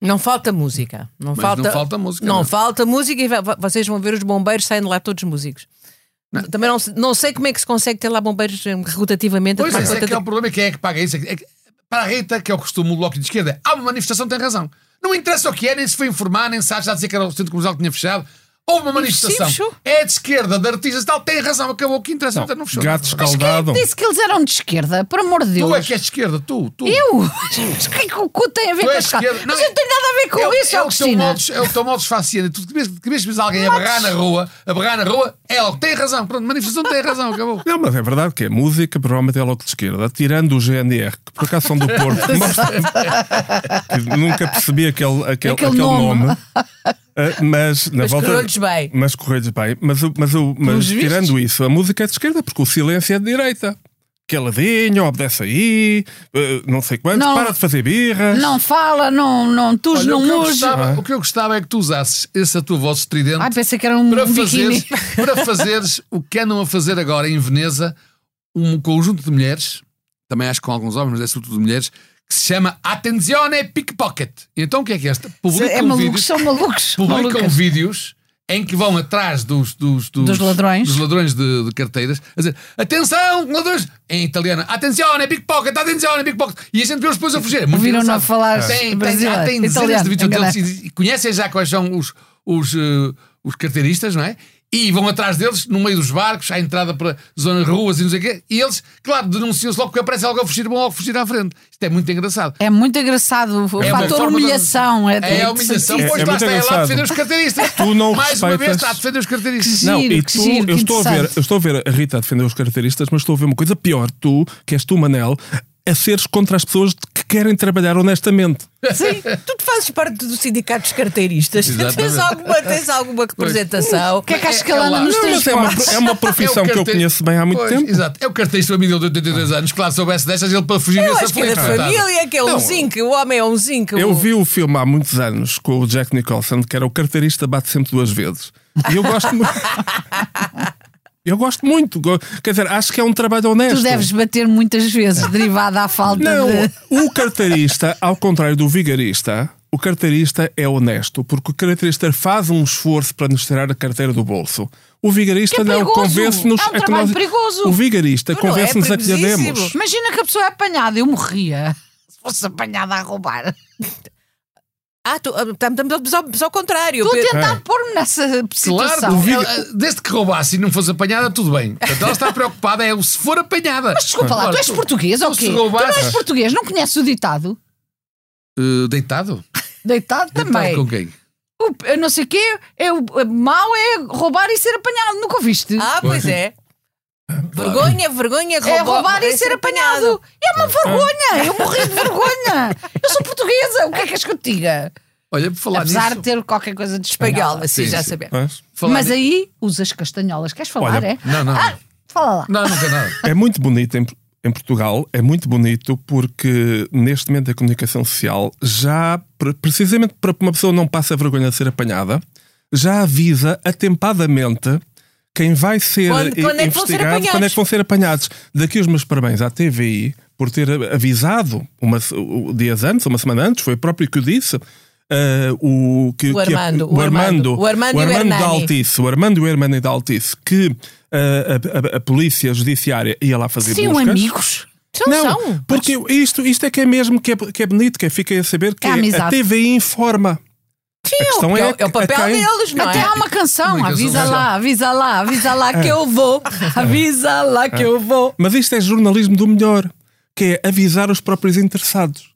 Speaker 2: Não falta música. Não
Speaker 4: Mas
Speaker 2: falta,
Speaker 4: não falta música, né?
Speaker 2: Não,
Speaker 4: não.
Speaker 2: falta música e va- va- vocês vão ver os bombeiros saindo lá todos músicos. Também não, se- não sei como é que se consegue ter lá bombeiros hum, rotativamente a
Speaker 4: Pois
Speaker 2: tomar
Speaker 4: esse é
Speaker 2: conta
Speaker 4: que é
Speaker 2: de-
Speaker 4: o problema, quem é que paga isso? É que- é que- para a Rita, que é o costume do bloco de esquerda, há uma manifestação, tem razão. Não interessa o que é, nem se foi informar, nem se acha a dizer que era o centro comercial que tinha fechado. Houve uma manifestação.
Speaker 2: fechou.
Speaker 4: É de esquerda, de artistas e tal, tem razão, acabou o que interessa, não, não fechou.
Speaker 3: gato
Speaker 1: Mas quem é
Speaker 3: escaldado.
Speaker 1: que disse que eles eram de esquerda? Por amor de Deus.
Speaker 4: Tu é que és de esquerda, tu, tu.
Speaker 1: Eu? Mas o que é que o cu tem a ver
Speaker 4: Tu
Speaker 1: com
Speaker 4: és
Speaker 1: as
Speaker 4: esquerda.
Speaker 1: Mas eu não tenho nada a ver com
Speaker 4: é o-
Speaker 1: isso,
Speaker 4: é o teu
Speaker 1: Agostina.
Speaker 4: modo, é o teu modo desfaciante. Tu que mesmo, que mesmo alguém a barrar na rua, a barrar na rua, ela tem razão. Pronto, manifestação tem razão, acabou.
Speaker 3: Não, mas é verdade que a música provavelmente é logo de esquerda, tirando o GNR, que por acaso são do Porto, que nós- que nunca percebi aquele,
Speaker 1: Aquele
Speaker 3: aquele, aquele
Speaker 1: nome.
Speaker 3: nome. Ah, mas na
Speaker 2: Mas
Speaker 3: volta.
Speaker 2: correu-lhes bem.
Speaker 3: Mas correu-lhes bem. Mas, o- mas, o-
Speaker 2: Pelos
Speaker 3: mas tirando isso, a música é de esquerda, porque o silêncio é de direita. Aqueladinho, obedece aí, ah, não sei quanto,
Speaker 1: Não.
Speaker 3: para de fazer birra.
Speaker 1: Não fala, não, não tus,
Speaker 4: Olha,
Speaker 1: não
Speaker 4: o, que eu
Speaker 1: muge.
Speaker 4: gostava, o que eu gostava é que tu usasses essa tua voz estridente
Speaker 1: Ai, pensei que era um
Speaker 4: para
Speaker 1: biquíni.
Speaker 4: fazeres, para fazeres o que andam a fazer agora em Veneza um conjunto de mulheres, também acho que com alguns homens, mas é sobretudo de mulheres, que se chama Attenzione Pickpocket. E Então o que é que é esta? Publicam,
Speaker 1: É malucos,
Speaker 4: vídeos,
Speaker 1: são malucos.
Speaker 4: publicam
Speaker 1: malucas.
Speaker 4: vídeos em que vão atrás dos, dos,
Speaker 1: Dos ladrões.
Speaker 4: dos ladrões de, de carteiras a dizer atenção, ladrões! Em italiano, attenzione pickpocket, attenzione pickpocket. E a gente vê-os depois a fugir. É muito
Speaker 1: Ouviram-não
Speaker 4: engraçado.
Speaker 1: falar
Speaker 4: Tem, tem,
Speaker 1: brasileiro,
Speaker 4: há- tem dezenas
Speaker 1: italiano,
Speaker 4: de vídeos deles
Speaker 1: enganado.
Speaker 4: e- e conhecem já quais são os, os, eh, os carteiristas, não é? E vão atrás deles, no meio dos barcos, à entrada para zonas ruas e não sei o quê. E eles, claro, denunciam-se logo porque aparece algo a fugir, vão logo fugir à frente. Isto é muito engraçado.
Speaker 1: É muito engraçado o
Speaker 4: É uma
Speaker 1: fator
Speaker 4: forma de-
Speaker 1: humilhação. É,
Speaker 4: É a humilhação,
Speaker 1: é-
Speaker 4: pois
Speaker 3: é muito
Speaker 4: lá está, é lá a
Speaker 3: engraçado.
Speaker 4: defender os carteiristas.
Speaker 3: Tu não
Speaker 4: Mais uma vez
Speaker 3: respeitas-
Speaker 4: está a defender os carteiristas.
Speaker 1: Giro,
Speaker 3: Não,
Speaker 1: que
Speaker 3: e tu,
Speaker 1: giro, que
Speaker 3: eu, estou a ver,
Speaker 1: interessante.
Speaker 3: eu estou a ver a Rita a defender os caracteristas, mas estou a ver uma coisa pior, tu, que és tu, Manel, a seres contra as pessoas que querem trabalhar honestamente.
Speaker 2: Sim, tu te fazes parte do sindicato dos carteiristas. tens,
Speaker 4: Exatamente.
Speaker 2: alguma, tens alguma representação.
Speaker 1: O que é que acho que
Speaker 4: É- é
Speaker 1: ela anda
Speaker 4: lá.
Speaker 1: nos
Speaker 4: Não,
Speaker 3: Mas é
Speaker 1: transportes?
Speaker 3: uma, é uma profissão
Speaker 4: É o
Speaker 3: que eu
Speaker 4: carteir-
Speaker 3: conheço bem há muito
Speaker 4: Pois,
Speaker 3: tempo.
Speaker 4: Exato. É o carteirista família de 82 anos. Claro, se soubesse destas, ele para fugir
Speaker 2: Eu
Speaker 4: ia-se
Speaker 2: acho que é da
Speaker 4: aflitar.
Speaker 2: família, que é um
Speaker 3: Não.
Speaker 2: zinco. O homem é um zinco.
Speaker 3: Eu vi o filme há muitos anos com o Jack Nicholson, que era o carteirista bate sempre duas vezes. E eu gosto muito. Eu gosto muito. Go- Quer dizer, acho que é um trabalho honesto.
Speaker 1: Tu deves bater muitas vezes, derivada à falta
Speaker 3: Não,
Speaker 1: de.
Speaker 3: o carteirista, ao contrário do vigarista, o carteirista é honesto, porque o carteirista faz um esforço para nos tirar a carteira do bolso. O vigarista
Speaker 1: Que é
Speaker 3: não
Speaker 1: perigoso.
Speaker 3: convence-nos.
Speaker 1: É um
Speaker 3: que
Speaker 1: trabalho perigoso.
Speaker 3: O vigarista
Speaker 2: Não, não, é
Speaker 3: convence-nos a que lhe
Speaker 2: perigosíssimo.
Speaker 3: demos.
Speaker 1: Imagina que a pessoa é apanhada, eu morria. Se fosse apanhada a roubar.
Speaker 2: Ah, tu, ah, tam- tam- tam- só, só ao contrário.
Speaker 1: Estou
Speaker 2: Pe-
Speaker 1: a tentar pôr-me nessa situação.
Speaker 4: É. Claro, ela- desde que roubasse e não fosse apanhada, tudo bem. Portanto, ela está preocupada, é o se for apanhada.
Speaker 1: Mas desculpa lá,
Speaker 4: Claro,
Speaker 1: tu és português ou
Speaker 4: se
Speaker 1: quê? Tu não
Speaker 4: roubasse-
Speaker 1: és português, não conheces o ditado?
Speaker 4: Eh, deitado?
Speaker 1: Deitado também.
Speaker 4: Deitado com quem?
Speaker 1: O, eu não sei o quê, é o, é mau é roubar e ser apanhado. Nunca ouviste?
Speaker 2: Ah, pois é. Vergonha, vergonha,
Speaker 1: É
Speaker 2: roubou-
Speaker 1: roubar e
Speaker 2: é
Speaker 1: ser apanhado. É uma vergonha. Eu morri de vergonha. Eu sou portuguesa. O que é que és que eu te diga?
Speaker 4: Olha, por falar
Speaker 1: Apesar de
Speaker 4: nisso.
Speaker 1: ter qualquer coisa de espanhola.
Speaker 2: Espanhola, sim,
Speaker 4: Sim,
Speaker 2: assim, já
Speaker 4: sim.
Speaker 2: sabemos.
Speaker 3: Mas
Speaker 4: falar
Speaker 1: Mas
Speaker 4: ni-
Speaker 1: aí usas castanholas. Queres falar,
Speaker 3: Olha,
Speaker 1: é?
Speaker 4: Não, não.
Speaker 1: Ah, fala lá.
Speaker 4: Não, não tem nada.
Speaker 3: É muito bonito em, em Portugal, é muito bonito porque neste momento a comunicação social já, pre- precisamente para que uma pessoa não passe a vergonha de ser apanhada, já avisa atempadamente quem vai ser
Speaker 2: Quando-
Speaker 3: i-
Speaker 2: quando é que vão ser
Speaker 3: investigado,
Speaker 2: apanhados?
Speaker 3: quando é que vão ser apanhados. Daqui os meus parabéns à TVI por ter a- avisado uma, se- o- dias antes, uma semana antes, foi o próprio que o disse. ah, o, que,
Speaker 2: O
Speaker 3: que a-
Speaker 2: Armando,
Speaker 3: o Armando,
Speaker 2: o Armando
Speaker 3: o
Speaker 2: e o
Speaker 3: Armando da
Speaker 2: Hernani.
Speaker 3: Altice, o Armando e o Hermano da Altice, que ah, a, a- a polícia judiciária ia lá fazer
Speaker 1: Sim,
Speaker 3: buscas.
Speaker 1: amigos.
Speaker 2: São,
Speaker 3: Não,
Speaker 2: são.
Speaker 3: porque isto, isto é que é mesmo que é, que é bonito, que é, fica a saber que
Speaker 1: É amizade.
Speaker 3: a TVI informa.
Speaker 2: Sim,
Speaker 3: a questão
Speaker 2: porque
Speaker 3: é
Speaker 2: é, o- é o
Speaker 3: a
Speaker 2: papel
Speaker 3: quem-
Speaker 2: deles, não
Speaker 1: Até
Speaker 2: é?
Speaker 1: há uma canção.
Speaker 4: Uma
Speaker 1: Avisa
Speaker 4: canção.
Speaker 1: lá, avisa lá, avisa lá que eu vou. Avisa lá que eu vou.
Speaker 3: Mas isto é jornalismo do melhor, que é avisar os próprios interessados.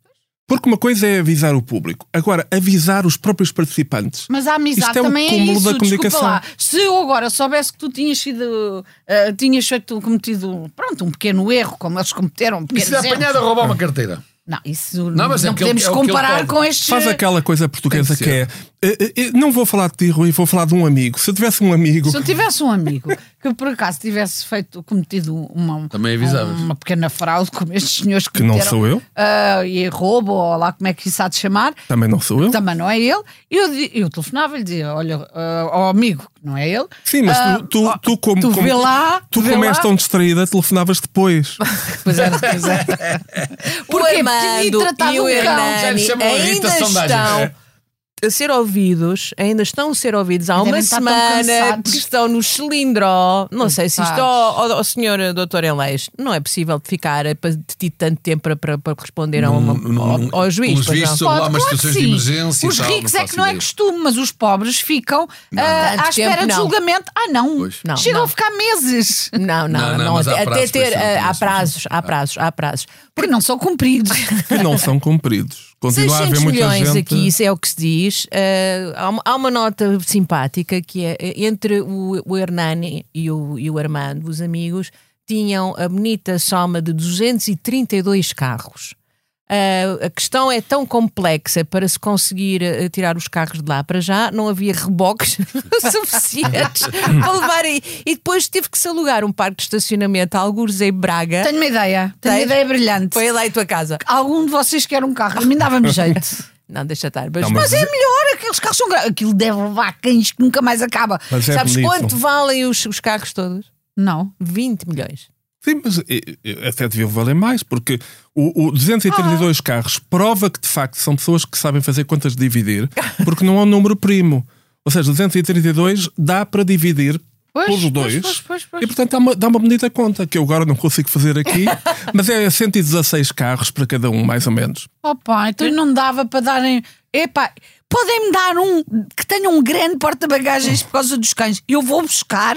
Speaker 3: Porque uma coisa é avisar o público, agora avisar os próprios participantes.
Speaker 1: Mas a amizade
Speaker 3: Isto é um
Speaker 1: também é isso,
Speaker 3: cúmulo da
Speaker 1: desculpa
Speaker 3: comunicação.
Speaker 1: lá. Se eu agora soubesse que tu tinhas sido, eh, tinhas feito, cometido, pronto, um pequeno erro, como eles cometeram, um
Speaker 4: E
Speaker 1: pequeno
Speaker 4: se
Speaker 1: erro.
Speaker 4: é apanhado a roubar uma carteira?
Speaker 1: Não, isso
Speaker 4: Não,
Speaker 1: não,
Speaker 4: mas é o que
Speaker 1: podemos
Speaker 4: ele- é o que ele
Speaker 1: comparar
Speaker 4: pode.
Speaker 1: com estes...
Speaker 3: Faz aquela coisa portuguesa
Speaker 4: Tem
Speaker 3: que,
Speaker 4: que
Speaker 3: é. "Eh, eh, eh, não vou falar de ti, Rui, vou falar de um amigo. Se eu tivesse um amigo.
Speaker 1: Se eu tivesse um amigo que por acaso tivesse feito, cometido uma,
Speaker 4: Também avisavas.
Speaker 1: uma pequena fraude, como estes senhores
Speaker 3: Que não
Speaker 1: cometeram,
Speaker 3: sou eu.
Speaker 1: ah, e roubo, ou lá como é que isso há de chamar,
Speaker 3: Também não sou eu.
Speaker 1: também não é ele, eu, di- eu telefonava e lhe dizia, olha, ah, ao amigo, que não é ele,
Speaker 3: Sim, mas
Speaker 1: ah,
Speaker 3: tu, tu, tu como.
Speaker 1: tu
Speaker 3: como
Speaker 1: vê lá,
Speaker 3: tu
Speaker 1: vê
Speaker 3: como és
Speaker 1: lá.
Speaker 3: tão distraída, telefonavas depois.
Speaker 1: Pois é, pois é.
Speaker 2: o
Speaker 1: Porque
Speaker 2: Armando
Speaker 1: tinha tratado
Speaker 2: e o
Speaker 1: um cão.
Speaker 4: Já lhe
Speaker 2: Hernani
Speaker 4: chamam a Rita
Speaker 2: ainda
Speaker 4: Sondagens.
Speaker 2: estão a ser ouvidos, ainda estão a ser ouvidos há
Speaker 1: Devem
Speaker 2: uma
Speaker 1: estar tão
Speaker 2: semana
Speaker 1: cansados.
Speaker 2: que estão no cilindro. Não sei se isto, ó ó, ó, senhor doutor Enleis, não é possível de ficar eh, pa- de ti tanto tempo para, para, para responder a uma,
Speaker 4: Não, não, não.
Speaker 2: ao, ao juiz.
Speaker 4: Os
Speaker 2: pois não?
Speaker 4: vistos são lá
Speaker 1: Pode,
Speaker 4: umas
Speaker 1: claro que
Speaker 4: situações de
Speaker 1: sim.
Speaker 4: emergência
Speaker 1: Os
Speaker 4: e tal.
Speaker 1: ricos é que
Speaker 4: faço
Speaker 1: não é
Speaker 4: ideia.
Speaker 1: costume, mas os pobres ficam ah,
Speaker 2: Tanto
Speaker 1: à espera
Speaker 2: tempo,
Speaker 1: de
Speaker 2: não.
Speaker 1: julgamento. Ah, não.
Speaker 4: Pois.
Speaker 2: Não,
Speaker 1: Chegam
Speaker 2: não.
Speaker 1: a ficar meses.
Speaker 2: Não, não, não.
Speaker 4: Não, não, mas há
Speaker 2: até
Speaker 4: prazos para
Speaker 2: ter.
Speaker 4: isso, não
Speaker 2: eh,
Speaker 4: tem
Speaker 2: há
Speaker 4: isso.
Speaker 2: prazos, há prazos, há prazos.
Speaker 1: Porque não são cumpridos.
Speaker 3: que não são cumpridos. Continua a haver
Speaker 2: 600
Speaker 3: muita
Speaker 2: milhões
Speaker 3: gente.
Speaker 2: aqui, isso é o que se diz. Eh, há, uma, há uma nota simpática que é eh, entre o, o Hernani e o, e o Armando, os amigos, tinham a bonita soma de 232 carros. Eh, a questão é tão complexa para se conseguir eh, tirar os carros de lá para já, não havia reboques suficientes para levar aí. E depois teve que se alugar um parque de estacionamento a algures em Braga.
Speaker 1: Tenho uma ideia. Tenho uma
Speaker 2: Tens?
Speaker 1: ideia brilhante.
Speaker 2: Foi lá em tua casa.
Speaker 1: Algum de vocês quer um carro? A mim dava-me jeito.
Speaker 2: Não, deixa estar.
Speaker 3: Não,
Speaker 2: mas
Speaker 3: mas-
Speaker 1: Mas é melhor, aqueles carros são grandes. Aquilo deve levar cães que nunca mais acaba.
Speaker 3: Mas é
Speaker 2: Sabes
Speaker 3: bonito.
Speaker 2: quanto valem os, os carros todos?
Speaker 1: Não.
Speaker 2: 20 milhões.
Speaker 3: Sim, mas eh, eh, até devia valer mais, porque o, o 232
Speaker 1: Ah.
Speaker 3: carros prova que de facto são pessoas que sabem fazer contas de dividir, porque não há um número primo. Ou seja, 232 dá para dividir
Speaker 1: Pois,
Speaker 3: pelos
Speaker 1: pois,
Speaker 3: dois.
Speaker 1: pois, pois, pois.
Speaker 3: E portanto dá uma, dá uma bonita conta, que eu agora não consigo fazer aqui, mas é 116 carros para cada um, mais ou menos.
Speaker 1: Opa, então não dava para darem. Epá, podem-me dar um que tenha um grande porta-bagagens por causa dos cães. Eu vou buscar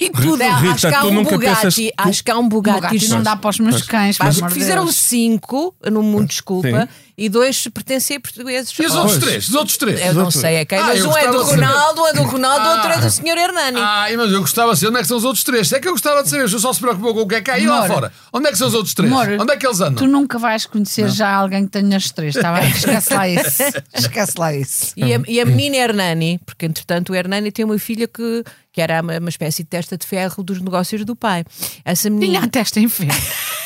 Speaker 1: e tudo.
Speaker 3: Rita,
Speaker 2: acho que há
Speaker 3: tu
Speaker 2: um
Speaker 3: nunca
Speaker 2: Bugatti.
Speaker 3: pensas- tu-
Speaker 2: Acho que há um Bugatti.
Speaker 1: Bugatti não
Speaker 2: junto.
Speaker 1: dá para os meus cães. pelo
Speaker 2: Acho
Speaker 1: amor
Speaker 2: que
Speaker 1: de
Speaker 2: fizeram
Speaker 1: Deus.
Speaker 2: cinco no mundo, desculpa,
Speaker 3: Sim.
Speaker 2: e dois pertencem a portugueses.
Speaker 4: E os
Speaker 2: Oh,
Speaker 4: outros
Speaker 3: Pois.
Speaker 4: três? Os outros três?
Speaker 2: eu não sei a quem,
Speaker 4: Ah,
Speaker 2: mas
Speaker 4: eu
Speaker 2: um é do
Speaker 4: gostava de saber.
Speaker 2: Ronaldo, um é do Ronaldo, outro é
Speaker 4: Ah.
Speaker 2: do senhor Hernani.
Speaker 4: Ah, mas eu gostava de saber onde é que são os outros três. É que eu gostava de saber, o senhor só se preocupou com o que é que há aí lá
Speaker 1: Amor.
Speaker 4: fora. Onde é que são os outros três?
Speaker 1: Amor,
Speaker 4: Onde é que eles andam?
Speaker 1: Tu nunca vais conhecer já alguém que tenha as três, está bem? Esquece lá isso. Esquece lá isso.
Speaker 2: E a, e a menina Hernani, porque entretanto o Hernani tem uma filha que, que era uma, uma espécie de testa de ferro dos negócios do pai. Essa menina.
Speaker 1: Tinha a testa em ferro.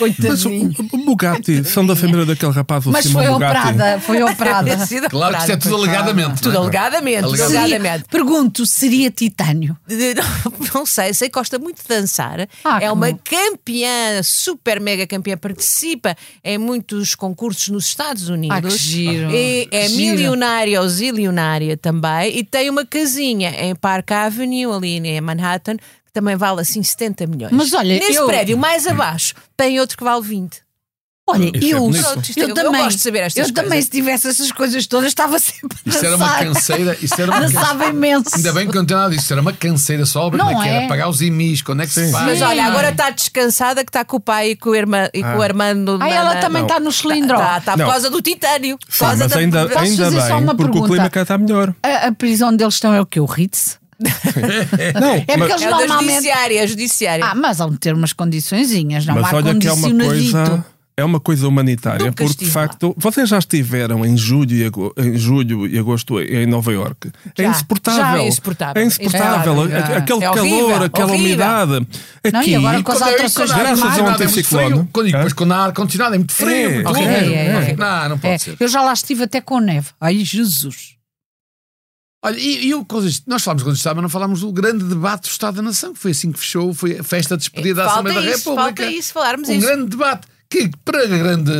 Speaker 3: Mas o,
Speaker 1: Coitadinho.
Speaker 3: o Bugatti são da família daquele rapaz, o
Speaker 1: Mas
Speaker 3: Simão
Speaker 1: foi
Speaker 3: Bugatti.
Speaker 1: operada, foi operada.
Speaker 2: Tinha sido
Speaker 4: Claro que isto é
Speaker 2: operada,
Speaker 4: tudo
Speaker 2: coitada.
Speaker 4: alegadamente.
Speaker 2: Tudo
Speaker 4: não é?
Speaker 2: alegadamente, tudo
Speaker 4: Alegadamente.
Speaker 1: Seria,
Speaker 2: alegadamente.
Speaker 1: pergunto, seria titânio?
Speaker 2: De- Não, não sei, sei que gosta muito de dançar.
Speaker 1: Ah,
Speaker 2: é
Speaker 1: que
Speaker 2: uma
Speaker 1: bom.
Speaker 2: campeã, super mega campeã, participa em muitos concursos nos Estados Unidos.
Speaker 1: Ah, que giro.
Speaker 2: E é
Speaker 1: Que giro.
Speaker 2: milionária ou zilionária também. E tem uma casinha em Park Avenue, ali em Manhattan, que também vale assim 70 milhões.
Speaker 1: Mas olha,
Speaker 2: Nesse
Speaker 1: eu-
Speaker 2: prédio, mais abaixo, tem outro que vale 20.
Speaker 1: Olha,
Speaker 3: Isso é
Speaker 1: eu,
Speaker 3: bonito.
Speaker 1: Pronto, isto
Speaker 2: Eu
Speaker 1: eu, também,
Speaker 2: gosto de saber estas
Speaker 1: eu também,
Speaker 2: coisas.
Speaker 1: se tivesse essas coisas todas, estava sempre a
Speaker 4: Isto era uma
Speaker 1: dançar.
Speaker 4: canseira. Isto era uma canseira.
Speaker 1: Dançava imenso.
Speaker 4: Ainda bem que não tem nada disso. Isto era uma canseira só. Como
Speaker 1: Não
Speaker 4: é que era?
Speaker 1: é?
Speaker 4: Pagar os imis, quando é que se
Speaker 3: Sim.
Speaker 4: faz?
Speaker 2: Mas ah, olha, agora está descansada que está com o pai e com o, irmã, e com o Armando.
Speaker 1: Ah,
Speaker 2: na-
Speaker 1: ela
Speaker 2: na-
Speaker 1: também está no cilindro.
Speaker 2: Está, está por
Speaker 3: Não.
Speaker 2: causa do titânio. por
Speaker 3: Sim,
Speaker 2: causa
Speaker 3: mas
Speaker 2: da-
Speaker 3: ainda,
Speaker 1: Posso
Speaker 3: ainda
Speaker 1: fazer só
Speaker 3: bem,
Speaker 1: uma
Speaker 3: porque o
Speaker 1: pergunta?
Speaker 3: clima cá está melhor.
Speaker 1: A, a prisão deles estão é o que? O Ritz?
Speaker 3: Não,
Speaker 1: É porque
Speaker 3: mas,
Speaker 1: eles
Speaker 2: É o da
Speaker 1: normalmente.
Speaker 2: judiciária, a judiciária.
Speaker 1: Ah, mas há de ter umas condiçõezinhas, não
Speaker 3: mas
Speaker 1: há
Speaker 3: olha que é uma
Speaker 1: condicionadito.
Speaker 3: coisa. É uma coisa humanitária,
Speaker 2: Nunca
Speaker 3: porque de
Speaker 2: estive
Speaker 3: facto, vocês já estiveram em julho e, ago- em julho e agosto em Nova Iorque. É
Speaker 1: Já.
Speaker 3: insuportável.
Speaker 2: Já é insuportável.
Speaker 3: É insuportável.
Speaker 2: É, já.
Speaker 3: Aquele
Speaker 2: É
Speaker 3: calor,
Speaker 2: horrível,
Speaker 3: aquela
Speaker 2: horrível.
Speaker 3: umidade. Aqui,
Speaker 1: Não, e agora com as
Speaker 4: Quando é-
Speaker 1: alterações
Speaker 4: quando há
Speaker 3: graças a um
Speaker 4: ar-condicionado é muito
Speaker 3: anticiclone.
Speaker 4: frio, Quando, e
Speaker 3: Hã?
Speaker 4: depois quando há ar-condicionado é muito frio,
Speaker 3: É,
Speaker 4: muito
Speaker 3: ok,
Speaker 4: úmido.
Speaker 1: é,
Speaker 4: não
Speaker 1: é.
Speaker 4: fica- Não, não pode
Speaker 1: É,
Speaker 4: ser.
Speaker 1: eu já lá estive até com neve. Ai, Jesus.
Speaker 4: Olha, e, e o coisas, nós falámos quando estava, mas não falámos do grande debate do Estado da Nação, que foi assim que fechou, foi a festa de despedida da
Speaker 2: Falta
Speaker 4: Assembleia da
Speaker 2: isso,
Speaker 4: República.
Speaker 2: falta isso, falarmos
Speaker 4: um
Speaker 2: isso.
Speaker 4: grande debate que para a grande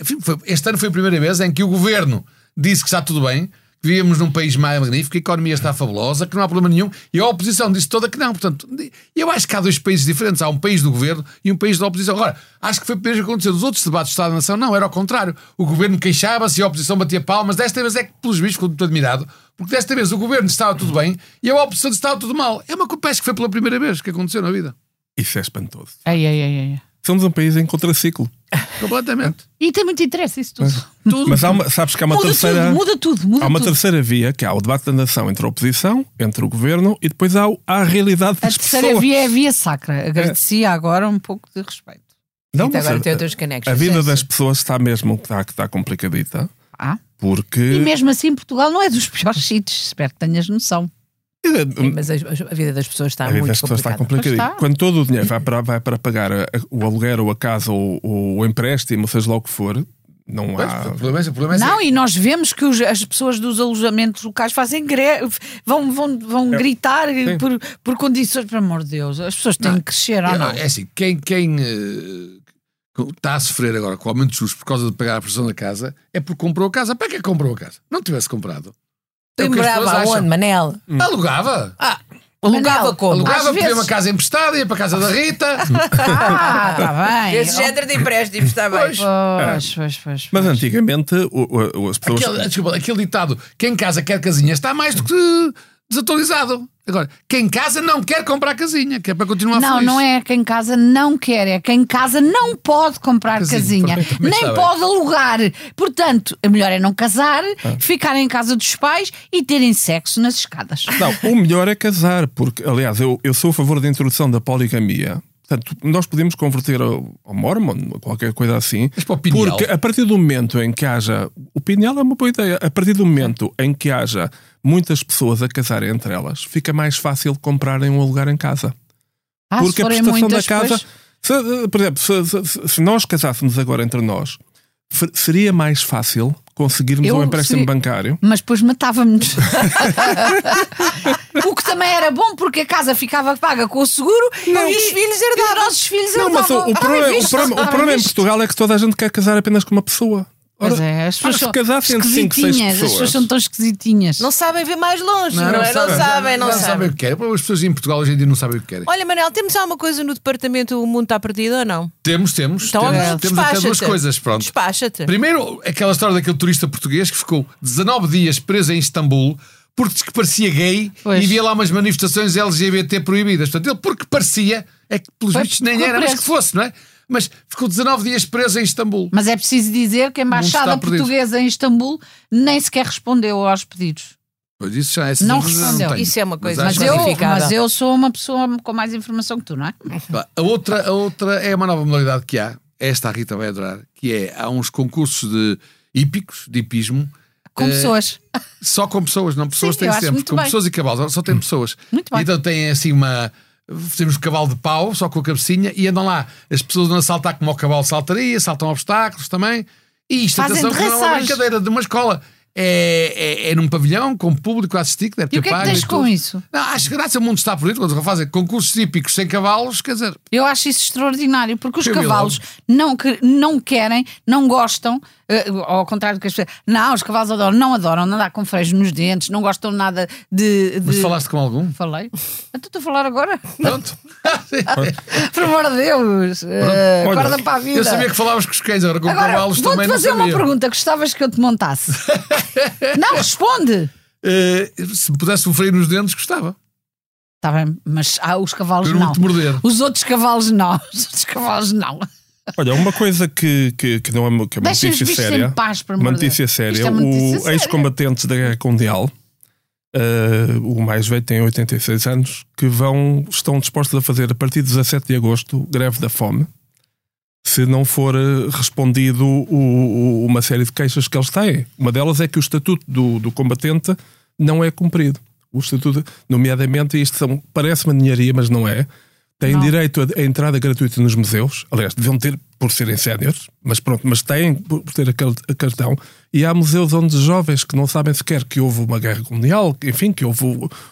Speaker 4: enfim, foi- este ano foi a primeira vez em que o governo disse que está tudo bem que vivemos num país mais magnífico, que a economia está fabulosa, que não há problema nenhum, e a oposição disse toda que não. Portanto, eu acho que há dois países diferentes. Há um país do governo e um país da oposição. Agora, acho que foi o que aconteceu nos outros debates do Estado da Nação. Não, era ao contrário. O governo queixava-se e a oposição batia palmas. Desta vez é que, pelos vistos, fico muito admirado, porque desta vez o governo estava tudo bem e a oposição estava tudo mal. É uma coisa, acho que foi pela primeira vez que aconteceu na vida.
Speaker 3: Isso é espantoso.
Speaker 1: Ai, ai, ai, ai.
Speaker 3: Somos um país em contraciclo.
Speaker 4: Completamente.
Speaker 1: E tem muito interesse isso tudo.
Speaker 4: Tudo.
Speaker 3: Mas há uma, sabes que há uma
Speaker 1: muda
Speaker 3: terceira.
Speaker 1: tudo, muda tudo, muda
Speaker 3: Há uma
Speaker 1: tudo.
Speaker 3: terceira via, que há o debate da nação entre a oposição, entre o governo e depois há, o- há a realidade
Speaker 1: A
Speaker 3: das
Speaker 1: terceira
Speaker 3: pessoas.
Speaker 1: via é a via sacra.
Speaker 3: É.
Speaker 1: Agradecia agora um pouco de respeito.
Speaker 3: Não,
Speaker 2: Então
Speaker 3: mas
Speaker 2: agora
Speaker 3: a-
Speaker 2: tem outras connections.
Speaker 3: A vida
Speaker 2: Sim,
Speaker 3: das
Speaker 2: sim.
Speaker 3: pessoas está mesmo está, está complicadita,
Speaker 1: Ah.
Speaker 3: porque
Speaker 1: E mesmo assim, Portugal não é dos piores sítios. Espero que tenhas noção.
Speaker 2: Sim, Mas a, a vida das pessoas está
Speaker 3: a vida
Speaker 2: muito
Speaker 3: das pessoas está
Speaker 2: complicada.
Speaker 3: complicadita.
Speaker 1: Pois está.
Speaker 3: Quando todo o dinheiro vai para, vai para pagar a- o aluguer ou a casa ou, ou o empréstimo, seja lá o que for, não
Speaker 4: Pois,
Speaker 3: há.
Speaker 4: o problema é, o problema é
Speaker 1: Não,
Speaker 4: esse.
Speaker 1: e nós vemos que os- as pessoas dos alojamentos locais fazem greve, vão, vão, vão
Speaker 3: É.
Speaker 1: gritar por, por condições, pelo amor de Deus. As pessoas têm
Speaker 4: Não,
Speaker 1: que crescer, ou
Speaker 4: Eu-
Speaker 1: não?
Speaker 4: É assim, quem, quem eh, está a sofrer agora com o aumento de juros por causa de pagar a pressão da casa é porque comprou a casa. Para que comprou a casa? Não tivesse comprado. É
Speaker 2: Tu
Speaker 4: o que as
Speaker 2: morava
Speaker 4: pessoas acham.
Speaker 2: aonde, Manel?
Speaker 4: Alugava.
Speaker 2: Ah, alugava
Speaker 1: Manel, alugava.
Speaker 2: como?
Speaker 4: Alugava,
Speaker 1: um Às
Speaker 4: pedia
Speaker 1: vezes-
Speaker 4: uma casa emprestada, ia para a casa da Rita.
Speaker 1: Ah, está bem.
Speaker 2: Esse género de empréstimos está bem.
Speaker 4: Pois.
Speaker 1: Pois, pois, pois.
Speaker 3: é Mas antigamente o- o- as pessoas.
Speaker 4: aquele, desculpa, aquele ditado: quem casa quer casinha está mais do que desatualizado. Agora, quem casa não quer comprar casinha, que é para continuar
Speaker 1: Não,
Speaker 4: feliz.
Speaker 1: não é quem em casa não quer, é quem em casa não pode comprar
Speaker 4: Casinha,
Speaker 1: casinha,
Speaker 4: perfeitamente,
Speaker 1: nem
Speaker 4: está bem.
Speaker 1: pode alugar. Portanto, a melhor é não casar,
Speaker 3: Ah.
Speaker 1: ficar em casa dos pais e terem sexo nas escadas.
Speaker 3: Não, o melhor é casar, porque, aliás, eu, eu sou a favor da introdução da poligamia. Portanto, nós podemos converter ao, ao mormon, a qualquer coisa assim.
Speaker 4: Mas para o pineal.
Speaker 3: Porque a partir do momento em que haja. O pineal é uma boa ideia. A partir do momento em que haja muitas pessoas a casarem entre elas, fica mais fácil comprarem um lugar em casa.
Speaker 1: Ah,
Speaker 3: porque
Speaker 1: se
Speaker 3: a
Speaker 1: forem
Speaker 3: prestação
Speaker 1: muitas,
Speaker 3: da casa.
Speaker 1: pois,
Speaker 3: se, eh, por exemplo, se, se- se- se nós casássemos agora entre nós, fer- seria mais fácil conseguirmos
Speaker 1: Eu
Speaker 3: um empréstimo
Speaker 1: seria-
Speaker 3: bancário.
Speaker 1: mas depois matávamos. o que também era bom porque a casa ficava paga com o seguro e os filhos herdavam. os nossos filhos
Speaker 3: Não, mas o,
Speaker 1: herdavam.
Speaker 3: o
Speaker 1: Ah,
Speaker 3: problema, o problema- o
Speaker 1: viste?
Speaker 3: problema em
Speaker 1: Ah, viste?
Speaker 3: Portugal é que toda a gente quer casar apenas com uma pessoa. Ora,
Speaker 1: Pois é, as
Speaker 3: ora,
Speaker 1: pessoas
Speaker 3: se
Speaker 1: são
Speaker 3: casassem entre cinco, seis
Speaker 1: esquisitinhas, as
Speaker 3: pessoas.
Speaker 1: pessoas são tão esquisitinhas.
Speaker 2: Não sabem ver mais longe, não, é? Não sabem, não, sabem.
Speaker 4: o que querem. As pessoas em Portugal hoje em dia não sabem o que querem.
Speaker 2: Olha, Manel, temos alguma coisa no departamento O Mundo está Perdido ou não?
Speaker 4: Temos, temos.
Speaker 2: Então,
Speaker 4: temos, temos até duas
Speaker 2: despacha-te.
Speaker 4: coisas, pronto.
Speaker 2: Despacha-te.
Speaker 4: Primeiro, aquela história daquele turista português que ficou 19 dias preso em Istambul porque diz que parecia gay
Speaker 1: Pois.
Speaker 4: e havia lá umas manifestações LGBT proibidas. Portanto, ele porque parecia, é que pelos
Speaker 1: Foi-
Speaker 4: bichos nem
Speaker 1: ficou
Speaker 4: era, mas
Speaker 1: preso.
Speaker 4: que fosse, não é? Mas ficou 19 dias preso em Istambul.
Speaker 1: Mas é preciso dizer que a
Speaker 4: está
Speaker 1: Embaixada
Speaker 4: perdido.
Speaker 1: Portuguesa em Istambul nem sequer respondeu aos pedidos.
Speaker 4: Pois isso já é
Speaker 1: Não
Speaker 4: isso
Speaker 1: respondeu.
Speaker 4: tenho.
Speaker 2: Isso é uma coisa
Speaker 1: Mas
Speaker 4: acho
Speaker 1: eu,
Speaker 4: que-
Speaker 2: Justificável.
Speaker 1: mas eu sou uma pessoa com mais informação que tu, não é?
Speaker 4: Pá, A outra, a outra é uma nova modalidade que há, esta a Rita vai adorar, que é há uns concursos de hípicos, de hipismo,
Speaker 1: Com
Speaker 4: Eh,
Speaker 1: pessoas.
Speaker 4: Só com pessoas, não pessoas
Speaker 1: Sim,
Speaker 4: têm
Speaker 1: eu acho
Speaker 4: sempre.
Speaker 1: muito
Speaker 4: Com
Speaker 1: bem.
Speaker 4: pessoas e cavalos, só tem pessoas.
Speaker 1: Muito bem.
Speaker 4: E Então tem assim uma. Fizemos um cavalo de pau, só com a cabecinha, e andam lá. As pessoas andam a saltar como o cavalo saltaria, saltam obstáculos também. E isto,
Speaker 1: Fazem
Speaker 4: atenção, que não é uma
Speaker 1: dressage.
Speaker 4: brincadeira de uma escola. É, é, é num pavilhão, com público a assistir, que deve ter
Speaker 1: E o que é que
Speaker 4: pago
Speaker 1: tens
Speaker 4: e
Speaker 1: com
Speaker 4: tudo.
Speaker 1: isso?
Speaker 4: Não, acho que graças ao mundo está por isso, quando fazem concursos típicos sem cavalos, quer dizer,
Speaker 1: Eu acho isso extraordinário, porque os
Speaker 4: Eu vi
Speaker 1: cavalos não, que- não querem, não gostam, eh, ao contrário do que as pessoas. Não, os cavalos adoram, não adoram andar com freio nos dentes, não gostam nada de. de...
Speaker 4: mas falaste com algum?
Speaker 1: Falei? Então estou a falar agora?
Speaker 4: Pronto.
Speaker 1: Por amor de Deus! eh,
Speaker 3: Olha,
Speaker 1: Guarda para a vida!
Speaker 4: Eu sabia que falavas com os cães, agora com
Speaker 1: Agora,
Speaker 4: cavalos também
Speaker 1: vou-te
Speaker 4: não
Speaker 1: fazer
Speaker 4: sabia.
Speaker 1: uma pergunta. Gostavas que eu te montasse? não, responde!
Speaker 4: Eh, se pudesse um freio nos dentes, gostava.
Speaker 1: Está Tá bem, mas há os cavalos
Speaker 4: Para
Speaker 1: não.
Speaker 4: não te morder.
Speaker 1: Os outros cavalos não. Os outros cavalos não.
Speaker 4: É
Speaker 3: Olha, uma coisa que, que, que não é, que é uma
Speaker 1: Deixem os
Speaker 3: notícia
Speaker 1: bichos
Speaker 3: séria.
Speaker 1: em paz, por amor
Speaker 3: uma
Speaker 1: de Deus.
Speaker 3: notícia
Speaker 1: Isto
Speaker 3: séria.
Speaker 1: é uma notícia
Speaker 3: o
Speaker 1: séria.
Speaker 3: ex-combatente da Guerra Mundial eh, o mais velho tem 86 anos, que vão, estão dispostos a fazer a partir de 17 de agosto greve da fome, se não for eh, respondido o- o- uma série de queixas que eles têm. Uma delas é que o estatuto do, do combatente não é cumprido. O estatuto, nomeadamente, isto são, parece uma ninharia, mas não é. Têm
Speaker 1: Não.
Speaker 3: direito a, a entrada gratuita nos museus. Aliás, deviam ter por serem séniores, mas pronto, mas têm por por ter aquele a cartão. E há museus onde jovens que não sabem sequer que houve uma guerra colonial, que, enfim, que houve.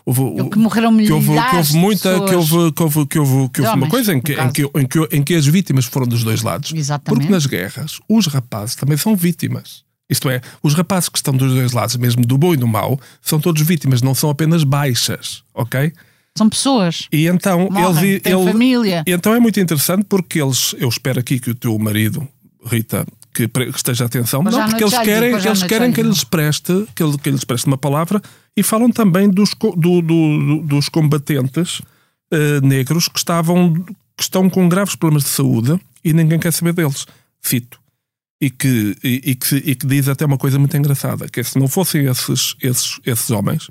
Speaker 3: houve
Speaker 1: que morreram
Speaker 3: que houve,
Speaker 1: milhares
Speaker 3: que houve muita
Speaker 1: de
Speaker 3: que
Speaker 1: pessoas.
Speaker 3: houve, que houve, que houve, que
Speaker 1: De
Speaker 3: houve uma
Speaker 1: homens,
Speaker 3: coisa em que,
Speaker 1: no
Speaker 3: em, que, em, que, em que as vítimas foram dos dois lados.
Speaker 1: Exatamente.
Speaker 3: Porque nas guerras, os rapazes também são vítimas. Isto é, os rapazes que estão dos dois lados, mesmo do bom e do mau, são todos vítimas, não são apenas baixas, ok?
Speaker 1: São pessoas.
Speaker 3: E então
Speaker 1: Morrem,
Speaker 3: eles,
Speaker 1: têm
Speaker 3: ele-
Speaker 1: família.
Speaker 3: e então é muito interessante porque eles, eu espero aqui que o teu marido, Rita, que, pre- que esteja atenção,
Speaker 1: Mas
Speaker 3: não,
Speaker 1: já
Speaker 3: porque
Speaker 1: não
Speaker 3: eles
Speaker 1: te
Speaker 3: querem,
Speaker 1: olho, já
Speaker 3: eles
Speaker 1: não te
Speaker 3: querem
Speaker 1: olho,
Speaker 3: que
Speaker 1: não.
Speaker 3: lhes preste, que, ele- que lhes preste uma palavra e falam também dos, co- do- do- do- dos combatentes eh, negros que estavam que estão com graves problemas de saúde e ninguém quer saber deles. Cito. E que, e, e que, se- e que diz até uma coisa muito engraçada: que é, se não fossem esses, esses, esses homens,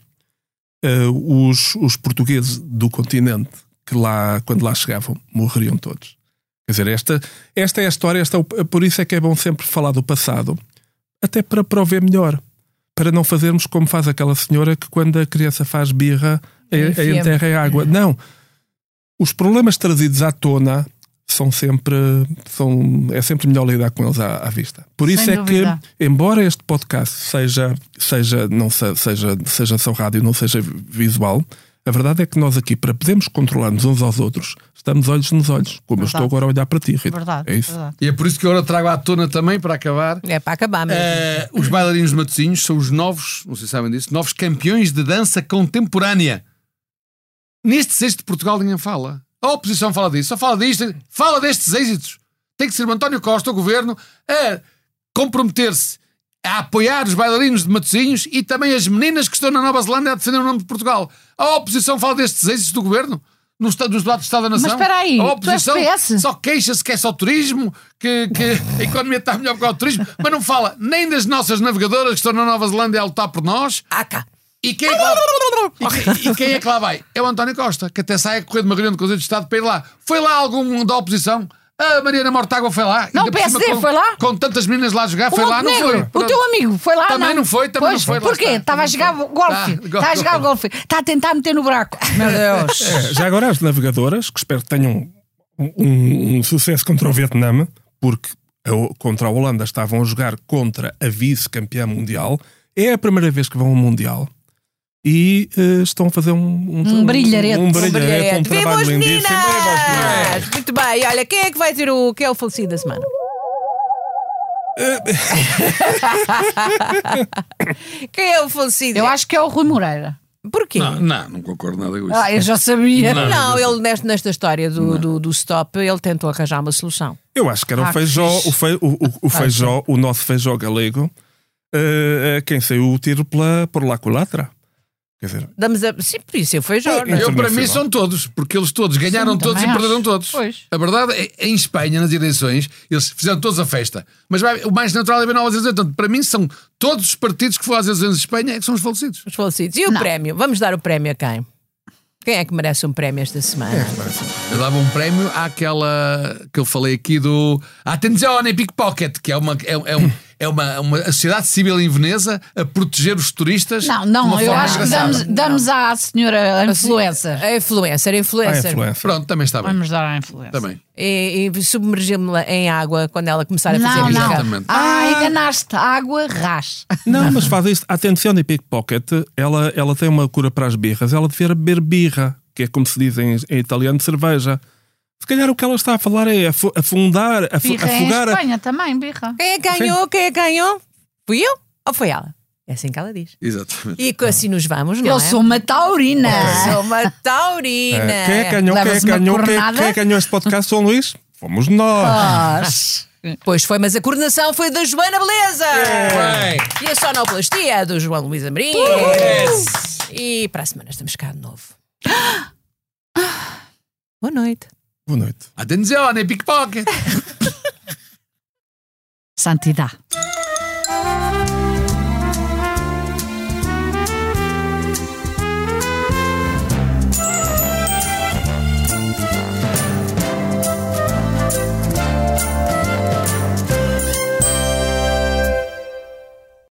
Speaker 3: eh, os, os portugueses do continente que lá, quando lá chegavam, morreriam todos. Quer dizer, esta, esta é a história, esta, é o- por isso é que é bom sempre falar do passado, até para prover melhor. Para não fazermos como faz aquela senhora que, quando a criança faz birra, a- a
Speaker 2: Enfia-me.
Speaker 3: enterra em
Speaker 1: É.
Speaker 3: água. Não. Os problemas trazidos à tona são sempre. São, é sempre melhor lidar com eles à, à vista. Por isso
Speaker 1: Sem
Speaker 3: é
Speaker 1: dúvida.
Speaker 3: que, embora este podcast seja, seja, não se- seja, seja só rádio, não seja visual, a verdade é que nós aqui, para podermos controlar-nos uns aos outros, estamos olhos nos olhos, como eu
Speaker 1: Verdade.
Speaker 3: estou agora a olhar para ti, Rita.
Speaker 1: Verdade.
Speaker 3: É isso.
Speaker 1: verdade.
Speaker 4: E é por isso que agora trago à tona também, para acabar,
Speaker 2: É para acabar mesmo.
Speaker 4: eh, os bailarinos de Matosinhos são os novos, não sei se sabem disso, novos campeões de dança contemporânea. Neste sexto de Portugal ninguém fala. A oposição fala disso, só fala disto, fala destes êxitos. Tem que ser o António Costa, o governo, a comprometer-se a apoiar os bailarinos de Matosinhos e também as meninas que estão na Nova Zelândia a defender o nome de Portugal. A oposição fala destes êxitos do governo. Nos, esta- nos debates do Estado da Nação.
Speaker 1: espera aí,
Speaker 4: a
Speaker 1: tu
Speaker 4: oposição
Speaker 1: és PS?
Speaker 4: só queixa-se que é só turismo, que, que a economia está melhor por causa do turismo, mas não fala nem das nossas navegadoras que estão na Nova Zelândia a lutar por nós.
Speaker 2: Ah, cá.
Speaker 4: E quem, é que lá- e quem- e quem é que lá vai? É o António Costa, que até sai a correr de uma reunião do Conselho de Estado para ir lá. Foi lá algum da oposição? A Mariana Mortágua foi lá.
Speaker 1: Não,
Speaker 4: Ainda por cima
Speaker 1: PSD
Speaker 4: com,
Speaker 1: foi lá?
Speaker 4: Com tantas meninas lá a jogar,
Speaker 1: O
Speaker 4: foi lá, não foi?
Speaker 1: Montenegro, o teu amigo, foi lá.
Speaker 4: Também não foi, também
Speaker 1: Pois,
Speaker 4: não foi, lá
Speaker 1: Porquê?
Speaker 4: está,
Speaker 1: Estava a jogar
Speaker 4: também
Speaker 1: golfe.
Speaker 4: Ah,
Speaker 1: Estava a jogar golfe. Está a tentar meter no buraco. Meu Deus.
Speaker 3: É, já agora as navegadoras, que espero que tenham um, um- um sucesso contra o Vietnã, porque a Ho- contra a Holanda estavam a jogar contra a vice-campeã mundial. É a primeira vez que vão ao Mundial e eh, estão a fazer um,
Speaker 1: Um brilharete.
Speaker 3: Um
Speaker 2: Um
Speaker 3: brilharete, um
Speaker 2: brilhante.
Speaker 3: trabalho
Speaker 2: Vimos,
Speaker 3: lindíssimo.
Speaker 2: meninas!
Speaker 3: Vivas, meninas!
Speaker 2: Muito bem, olha, quem é que vai ter o que é o falecido da semana? quem é o falecido?
Speaker 1: Eu acho que é o Rui Moreira.
Speaker 2: Porquê?
Speaker 4: Não, não, não concordo nada com isso.
Speaker 1: Ah, eu já sabia.
Speaker 4: Não.
Speaker 2: Não, ele nesta, nesta história do, do, do stop, ele tentou arranjar uma solução.
Speaker 3: Eu acho que era
Speaker 1: Ah,
Speaker 3: o feijó,
Speaker 1: que
Speaker 3: o, fei- o- o- o feijó, o nosso feijó galego, eh, eh, quem saiu o tiro pela, por lá culatra. Quer dizer,
Speaker 2: Damos a... Sim, por isso eu foi Jorge.
Speaker 3: Não,
Speaker 4: Eu, para
Speaker 3: não
Speaker 4: mim,
Speaker 3: sei lá.
Speaker 4: são todos, porque eles todos ganharam
Speaker 1: Sim,
Speaker 4: todos e
Speaker 1: também
Speaker 4: perderam
Speaker 1: acho.
Speaker 4: todos.
Speaker 1: Pois.
Speaker 4: A verdade é em Espanha, nas eleições, eles fizeram todos a festa. Mas vai- o mais natural é ver novas eleições. Portanto, para mim, são todos os partidos que foram às eleições de Espanha é que são os falecidos.
Speaker 2: Os falecidos. E o prémio? Vamos dar o prémio a quem? Quem é que merece um prémio esta semana?
Speaker 4: Eu dava um prémio àquela que eu falei aqui do Attenzione Pickpocket, que é uma. É, é um- é uma, uma a sociedade civil em Veneza a proteger os turistas.
Speaker 1: Não,
Speaker 4: de
Speaker 1: não,
Speaker 4: uma
Speaker 1: eu
Speaker 4: forma
Speaker 1: acho que
Speaker 4: engraçada. Assim,
Speaker 1: damos, damos à senhora influencer.
Speaker 2: A É influencer, a
Speaker 3: a
Speaker 2: Ah, influencer.
Speaker 3: influência.
Speaker 4: Pronto, também está bem.
Speaker 1: Vamos dar à influencer.
Speaker 4: Também.
Speaker 2: E, e submergimos-la em água quando ela começar a fazer
Speaker 1: Não,
Speaker 2: birra.
Speaker 1: não.
Speaker 4: Exatamente.
Speaker 1: Ah, enganaste. Água ras.
Speaker 3: Não, mas faz isto. Atenção de pickpocket, ela, ela tem uma cura para as birras. Ela devia beber birra, que é como se diz em, em italiano, cerveja. Se calhar o que ela está a falar é afu- afundar, afu-
Speaker 1: Birra em
Speaker 3: afogar. a-
Speaker 1: Espanha também, birra.
Speaker 2: Quem é que ganhou? Quem é que ganhou? Fui eu ou foi ela? É assim que ela diz.
Speaker 4: Exatamente.
Speaker 2: E co- assim nos vamos, não
Speaker 1: Eu
Speaker 2: é?
Speaker 1: sou uma taurina.
Speaker 2: Sou uma
Speaker 3: É,
Speaker 2: taurina.
Speaker 3: Quem é que ganhou? Quem é
Speaker 1: Levas
Speaker 3: que
Speaker 1: uma
Speaker 3: ganhou? Quem, é-
Speaker 1: cornada? Oh.
Speaker 3: quem é que ganhou este podcast, São Luís? Fomos nós.
Speaker 1: Nós.
Speaker 2: Pois foi, mas a coordenação foi da Joana Beleza.
Speaker 4: Bem,
Speaker 2: E a sonoplastia é do João Luís Amorim. E para a semana estamos cá de novo. Boa noite.
Speaker 3: Boa noite.
Speaker 4: Attenzione Pickpocket.
Speaker 1: Santidade.